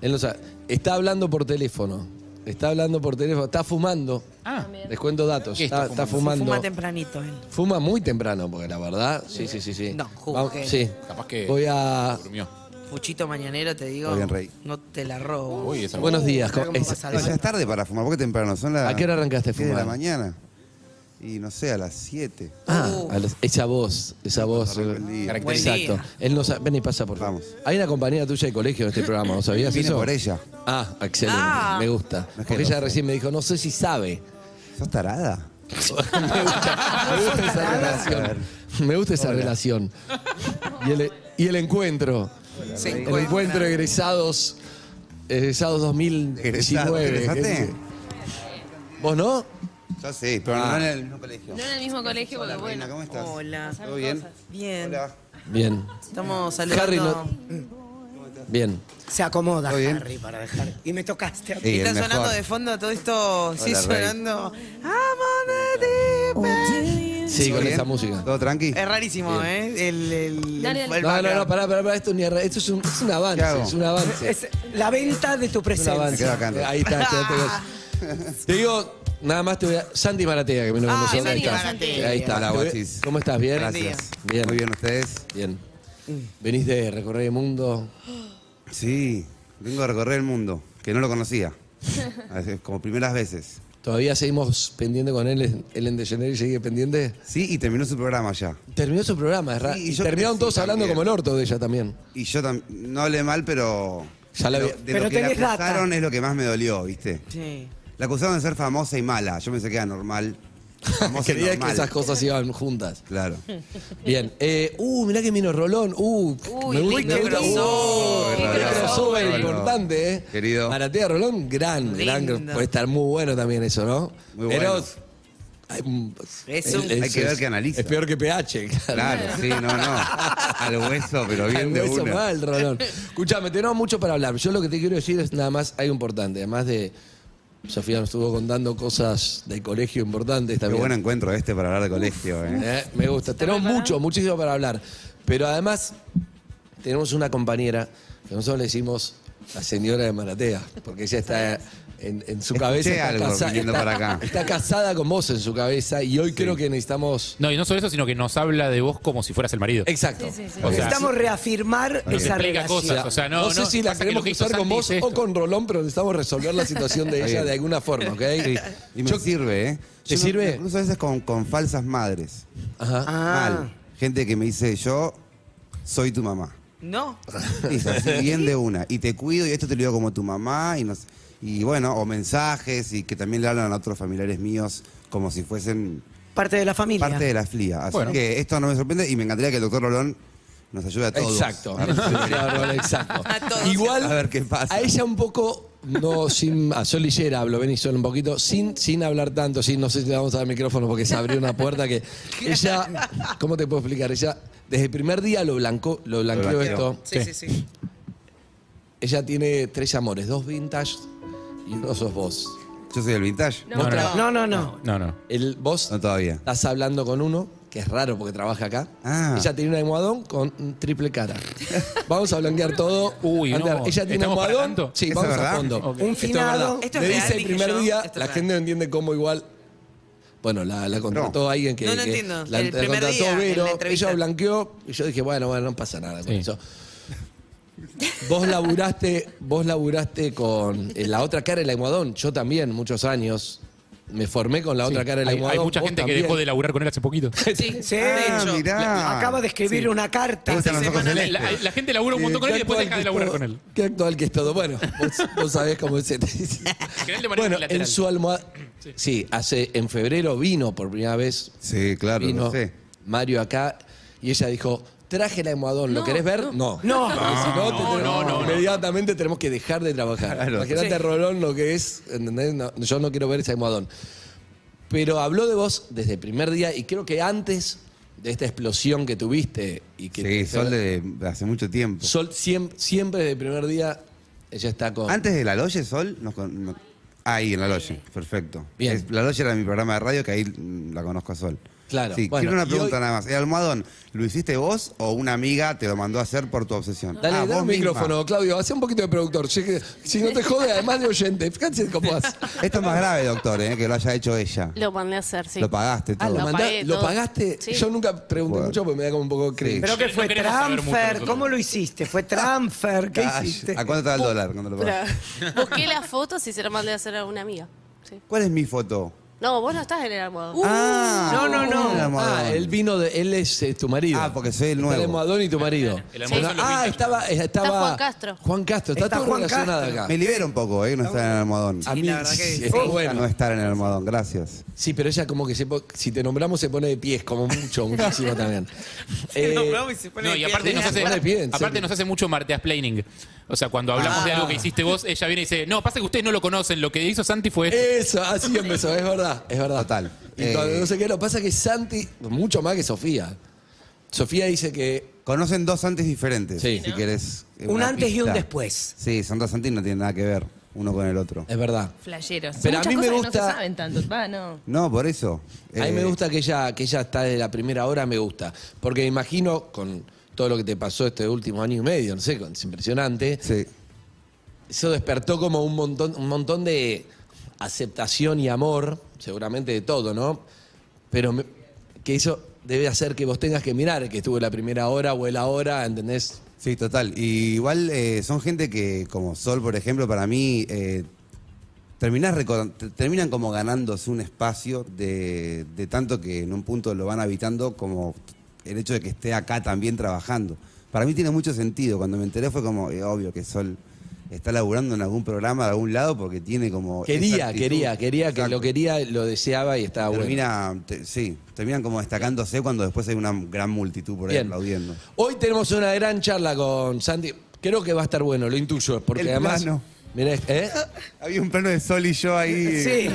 Él no sabe. Está hablando por teléfono. Está hablando por teléfono. Está fumando.
Ah.
Les cuento datos.
¿Qué
Está, está fumando.
Fuma tempranito eh. él.
Fuma muy temprano, porque la verdad. Sí, sí, sí, sí. No,
juzgue.
Sí.
Capaz que
Voy
Ah,
a.
Fuchito mañanero, te digo.
Está bien, Rey.
No te la robo.
Buenos días.
Mirá cómo
Es,
pasa
es-
la-
es tarde para fumar, porque temprano. Son las
¿A qué hora arrancaste a
10 de la
fumar?
mañana. Y no sé, a las 7.
Ah, a los- esa voz, esa voz.
Buen
Exacto.
día.
Él no sabe. Ven y pasa por Vamos. Hay una compañera tuya de colegio en este programa, ¿no sabías
Vine
eso?
por ella.
Ah, excelente.
Ah.
Me gusta.
No es que
Porque
no
ella
sé.
recién me dijo, no sé si sabe.
¿Sos tarada?
Me gusta esa relación. Me gusta esa relación. Y el, y el encuentro.
Se
el
encuentran.
encuentro de egresados. Egresados 2019.
Egresado, ¿te egresaste?
¿Vos no?
Yo sí, pero
Ah.
no en el mismo colegio.
No en el mismo colegio, porque bueno.
¿Cómo estás?
Hola.
¿Todo bien?
Bien.
Bien.
Estamos saludando.
Harry, no- Bien.
Se acomoda
¿Todo bien?
Harry para dejar. Y me tocaste. a mí.
Sí,
Está
el mejor.
sonando de fondo todo esto. sí,
Rey.
sonando. I'm on a deep end.
Sí, con esa música.
¿Todo tranqui?
Es rarísimo, ¿eh? El, el,
Dale, dale.
el- el
No, no, no,
background.
pará, pará, pará. Esto, es un erra- esto es, un, es un avance.
hago?
Es un avance.
Es la venta de tu
Es un
presencia.
avance. Ahí está. te- te- Te digo, nada más te voy a. Santi Maratea, que me lo
Ah,
conoce. Ahí
Santi
está.
Maratea.
Ahí está.
Hola,
Te voy-
guachis.
¿Cómo estás? ¿Bien?
Gracias.
Bien.
Muy bien, ¿ustedes?
Bien. Mm. Venís de recorrer el mundo.
Sí, vengo a recorrer el mundo, que no lo conocía. Así, Como primeras veces.
Todavía seguimos pendiente con él. Él en y sigue pendiente.
Sí, y terminó su programa ya.
Terminó su programa, es ra-
Sí, y
y
yo
terminaron
crecí
todos hablando
también.
como el orto de ella también.
Y yo tam- no hablé mal, pero.
Ya la
de lo-
vi-
De
Pero
lo que la
tenés data.
acusaron es lo que más me dolió, ¿viste?
Sí.
La acusaron de ser famosa y mala. Yo pensé que era normal. Famosa y
Quería que
normal.
esas cosas iban juntas.
Claro.
Bien. Eh, uh, mirá que vino Rolón. Uh,
Uy,
me gusta.
lindo
me gusta.
crossover.
Uh,
Qué
qué
crossover.
crossover
Bueno.
importante, ¿eh?
Querido.
Maratea Rolón, gran, gran.
Lindo.
Puede estar muy bueno también eso, ¿no?
Muy bueno.
Pero hay un-
Es un-
Hay que ver qué analiza.
Es peor que PH,
Claro, sí, no, no. Al hueso, pero bien
Al
de
hueso
una.
mal, Rolón. Escuchame, tenemos mucho para hablar. Yo lo que te quiero decir es nada más algo importante. Además de. Sofía nos estuvo contando cosas del colegio importantes
Qué
también.
buen encuentro este para hablar de colegio, ¿eh?
Eh, me gusta. Tenemos mucho, muchísimo para hablar. Pero además, tenemos una compañera que nosotros le decimos la señora de Maratea, porque ella está en, en su cabeza. Está,
algo
casa-
viniendo
está-
para acá.
está casada con vos en su cabeza y hoy creo que necesitamos.
No, y no solo eso, sino que nos habla de vos como si fueras el marido.
Exacto. Este,
O sea,
Necesitamos reafirmar
Nos
esa
explica
relación.
cosas, o sea, no-
no, sé
no,
si la
pasa que
queremos
lo que hizo
cruzar con
Santi
vos
es
o con Rolón, pero necesitamos resolver la situación de
Está
ella
bien.
de alguna forma, ¿ok?
Y me sirve, ¿eh?
¿Te
Yo me-
sirve?
me cruzo Ah, a veces con, con falsas madres.
Ajá.
Mal. Gente que me dice, yo soy tu mamá.
No.
Dice así, bien de una. Y te cuido y esto te lo digo como tu mamá. Y, nos, y bueno, o mensajes y que también le hablan a otros familiares míos como si fuesen
Parte de la familia.
parte de la FLIA. Así
Bueno.
que esto no me sorprende y me encantaría que el doctor Rolón nos ayude a todos.
Exacto.
A resolver esto.
Claro, exacto. Igual
A ver qué pasa.
A ella un poco, no sin, a Sol Lillera hablo, vení Sol un poquito, sin, sin hablar tanto, sin, no sé si le vamos a dar micrófono porque se abrió una puerta que ella, ¿cómo te puedo explicar? Ella, desde el primer día lo blanco, lo blanqueó esto.
Sí, sí, sí.
Ella tiene tres amores, dos vintage y uno sos vos.
Yo soy el vintage.
No, no, no,
no.
No, no.
El, vos estás hablando con uno, que es raro porque trabaja acá.
Ah.
Ella tiene un almohadón con un triple cara. vamos a blanquear todo. Uy,
no.
Ella tiene un
¿Estamos para
almohadón.
tanto?
Sí,
¿Eso
vamos
es
a
verdad?
fondo.
Ok. Un
Esto es
finado.
verdad.
Esto
Le
es real,
dice el
dije
primer
yo.
día,
Esto es
la
real.
gente no entiende cómo igual. Bueno, la, la contrató
No.
alguien que.
No lo
que
entiendo.
La,
El
la
primer
contrató
día, en la
Vero.
entrevista.
Ella blanqueó y yo dije, bueno, bueno, no pasa nada con eso. Vos laburaste, vos laburaste con eh, la otra cara del almohadón, yo también, muchos años. Me formé con la otra cara del
Hay,
almohadón.
hay mucha
vos
gente que
también.
dejó de laburar con él hace poquito.
Sí, sí.
Ah,
de hecho.
mirá.
Acaba de escribir
Sí.
una carta.
Te gustan los ojos
La,
celestes.
la- la gente
Eh,
labura un montón con él y después deja de laburar con él.
Qué actual que es todo. Bueno, vos, vos sabés cómo es. este.
Que él de manera
bueno,
unilateral.
en su almohadón. Sí. hace en febrero vino por primera vez.
Sí, claro,
Vino
lo sé.
Mario acá y ella dijo. Traje el almohadón, ¿lo querés ver? No.
No.
Porque si no, te
No,
tenemos-
no, no, no.
inmediatamente tenemos que dejar de trabajar.
Claro.
Imagínate,
Sí.
Rolón, lo que es. ¿entendés? No, yo no quiero ver ese almohadón. Pero habló de vos desde el primer día y creo que antes de esta explosión que tuviste y que
Sí,
te-
Sol de de eh, hace mucho tiempo.
Sol siem- siempre desde el primer día ella está con
Antes de La Loye, Sol, nos con- no- ahí en La
Eh.
Loye, perfecto.
Bien.
Es- la Loye era mi programa de radio que ahí mm, la conozco a Sol.
Claro,
Sí,
bueno,
quiero una
y
pregunta
hoy-
nada más. ¿El almohadón lo hiciste vos o una amiga te lo mandó a hacer por tu obsesión?
Dale,
Ah,
dale
vos
un
misma.
micrófono, Claudio, hace un poquito de productor. Che, que- Si no te jode, además de oyente, fíjate cómo vas.
Esto es más grave, doctor, eh, que lo haya hecho ella.
Lo mandé a hacer, sí.
Lo pagaste
Ah,
todo.
lo
Mandá-
pagué
¿Lo
todo.
pagaste?
Sí.
Yo nunca pregunté mucho porque me da como un poco cringe.
¿Pero qué fue?
queremos saber mucho
¿Transfer?
nosotros.
¿Cómo lo hiciste? ¿Fue transfer? ¿Qué
Cash.
hiciste?
¿A cuánto está el dólar cuando lo
Pero,
pagas?
busqué las fotos y se las mandé a hacer a una amiga. Sí.
¿Cuál es mi foto?
No, vos no estás en el almohadón.
Ah,
no, no, no.
el almohadón.
Ah, él vino de. Él es eh, tu marido. Ah,
porque soy el
nuevo. El almohadón y tu marido.
El almohadón es lo
Ah,
vintage.
estaba, estaba.
Está Juan Castro.
Juan Castro, está,
Está
todo
Juan
relacionado
Castro.
acá.
Me libera un poco, eh, no estar en el almohadón.
A mí sí, está bueno.
no estar en el almohadón, gracias.
Sí, pero ella como que se po- si te nombramos se pone de pies, como mucho, muchísimo también.
Se
Eh,
nombró y se pone
No,
de
y
pie.
aparte nos
Se
hace,
pone de pie, en Ah.
aparte
serio.
nos hace mucho marteasplaining. O sea, cuando hablamos de algo que hiciste vos, ella viene y dice, no, pasa que ustedes no lo conocen, lo que hizo Santi fue esto".
Eso, así empezó, es verdad, es verdad. Total. Y
Eh.
cuando no sé qué, lo pasa que Santi, mucho más que Sofía. Sofía dice que.
Conocen dos antes diferentes, si querés. eh,
Un
una
antes y un
pista.
después.
Sí, Santa Santi no tiene nada que ver uno con el otro.
Es verdad.
Flayeros.
Pero a
Muchas
mí me
cosas que no
gusta-
se saben tanto. Va, no.
No, por eso.
A mí
Eh,
me gusta que ella, que ella está desde la primera hora, me gusta. Porque me imagino, con todo lo que te pasó este último año y medio, no sé, con- es impresionante.
Sí.
Eso despertó como un montón, un montón de aceptación y amor, seguramente de todo, ¿no? Pero me- que eso debe hacer que vos tengas que mirar que estuvo la primera hora o la hora, ¿entendés?
Sí, total. Y igual eh, son gente que, como Sol, por ejemplo, para mí, eh, terminás reco- te- terminan como ganándose un espacio de, de tanto que en un punto lo van habitando como el hecho de que esté acá también trabajando. Para mí tiene mucho sentido. Cuando me enteré fue como, eh, obvio que Sol está laburando en algún programa de algún lado porque tiene como... esa
Quería,
actitud.
quería, quería que lo quería, lo deseaba y estaba bueno.
Termina, te- sí, terminan como destacándose cuando después hay una gran multitud por ahí
Bien.
aplaudiendo.
Hoy tenemos una gran charla con Santi. Creo que va a estar bueno, lo intuyo, porque
El
además.
plano.
Mirá, ¿eh?
Había un plano de Sol y yo ahí.
Sí,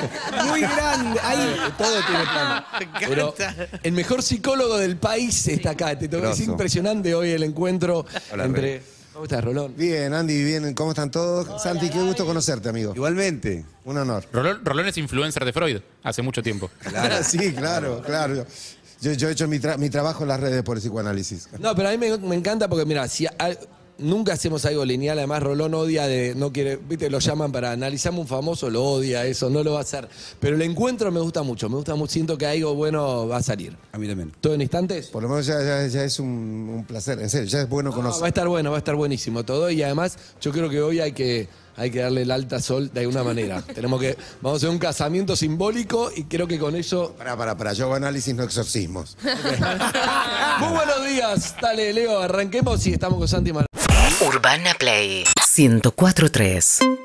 muy grande. Ahí.
Todo tiene plano. Pero el mejor psicólogo del país está acá. Te tengo que decir,
Grosso.
impresionante hoy el encuentro
Hola,
entre.
Rey.
¿Cómo estás, Rolón?
Bien, Andy, bien, ¿cómo están todos? Santi, qué gusto conocerte, amigo.
Igualmente.
Un honor.
Rolón, Rolón es influencer de Freud hace mucho tiempo.
sí, claro, claro. Yo, yo he hecho mi, tra- mi trabajo en las redes por el psicoanálisis.
No, pero a mí me, me encanta porque, mira, si a- nunca hacemos algo lineal, además Rolón odia de, no quiere, viste, lo llaman para analizamos un famoso, lo odia, eso, no lo va a hacer. Pero el encuentro me gusta mucho, me gusta mucho, siento que algo bueno va a salir.
A mí también.
¿Todo en instantes?
Por lo menos ya, ya- ya es un, un placer, en serio, ya es bueno
No, va a
conocer.
estar bueno, va a estar buenísimo todo. Y además, yo creo que hoy hay que, hay que darle el alta a sol de alguna manera. Tenemos que, vamos a hacer un casamiento simbólico y creo que con eso.
Pará, pará, pará, yo hago análisis, no exorcismos.
Muy buenos días. Dale, Leo, arranquemos y estamos con Santi Mar.
Urbana Play 104.3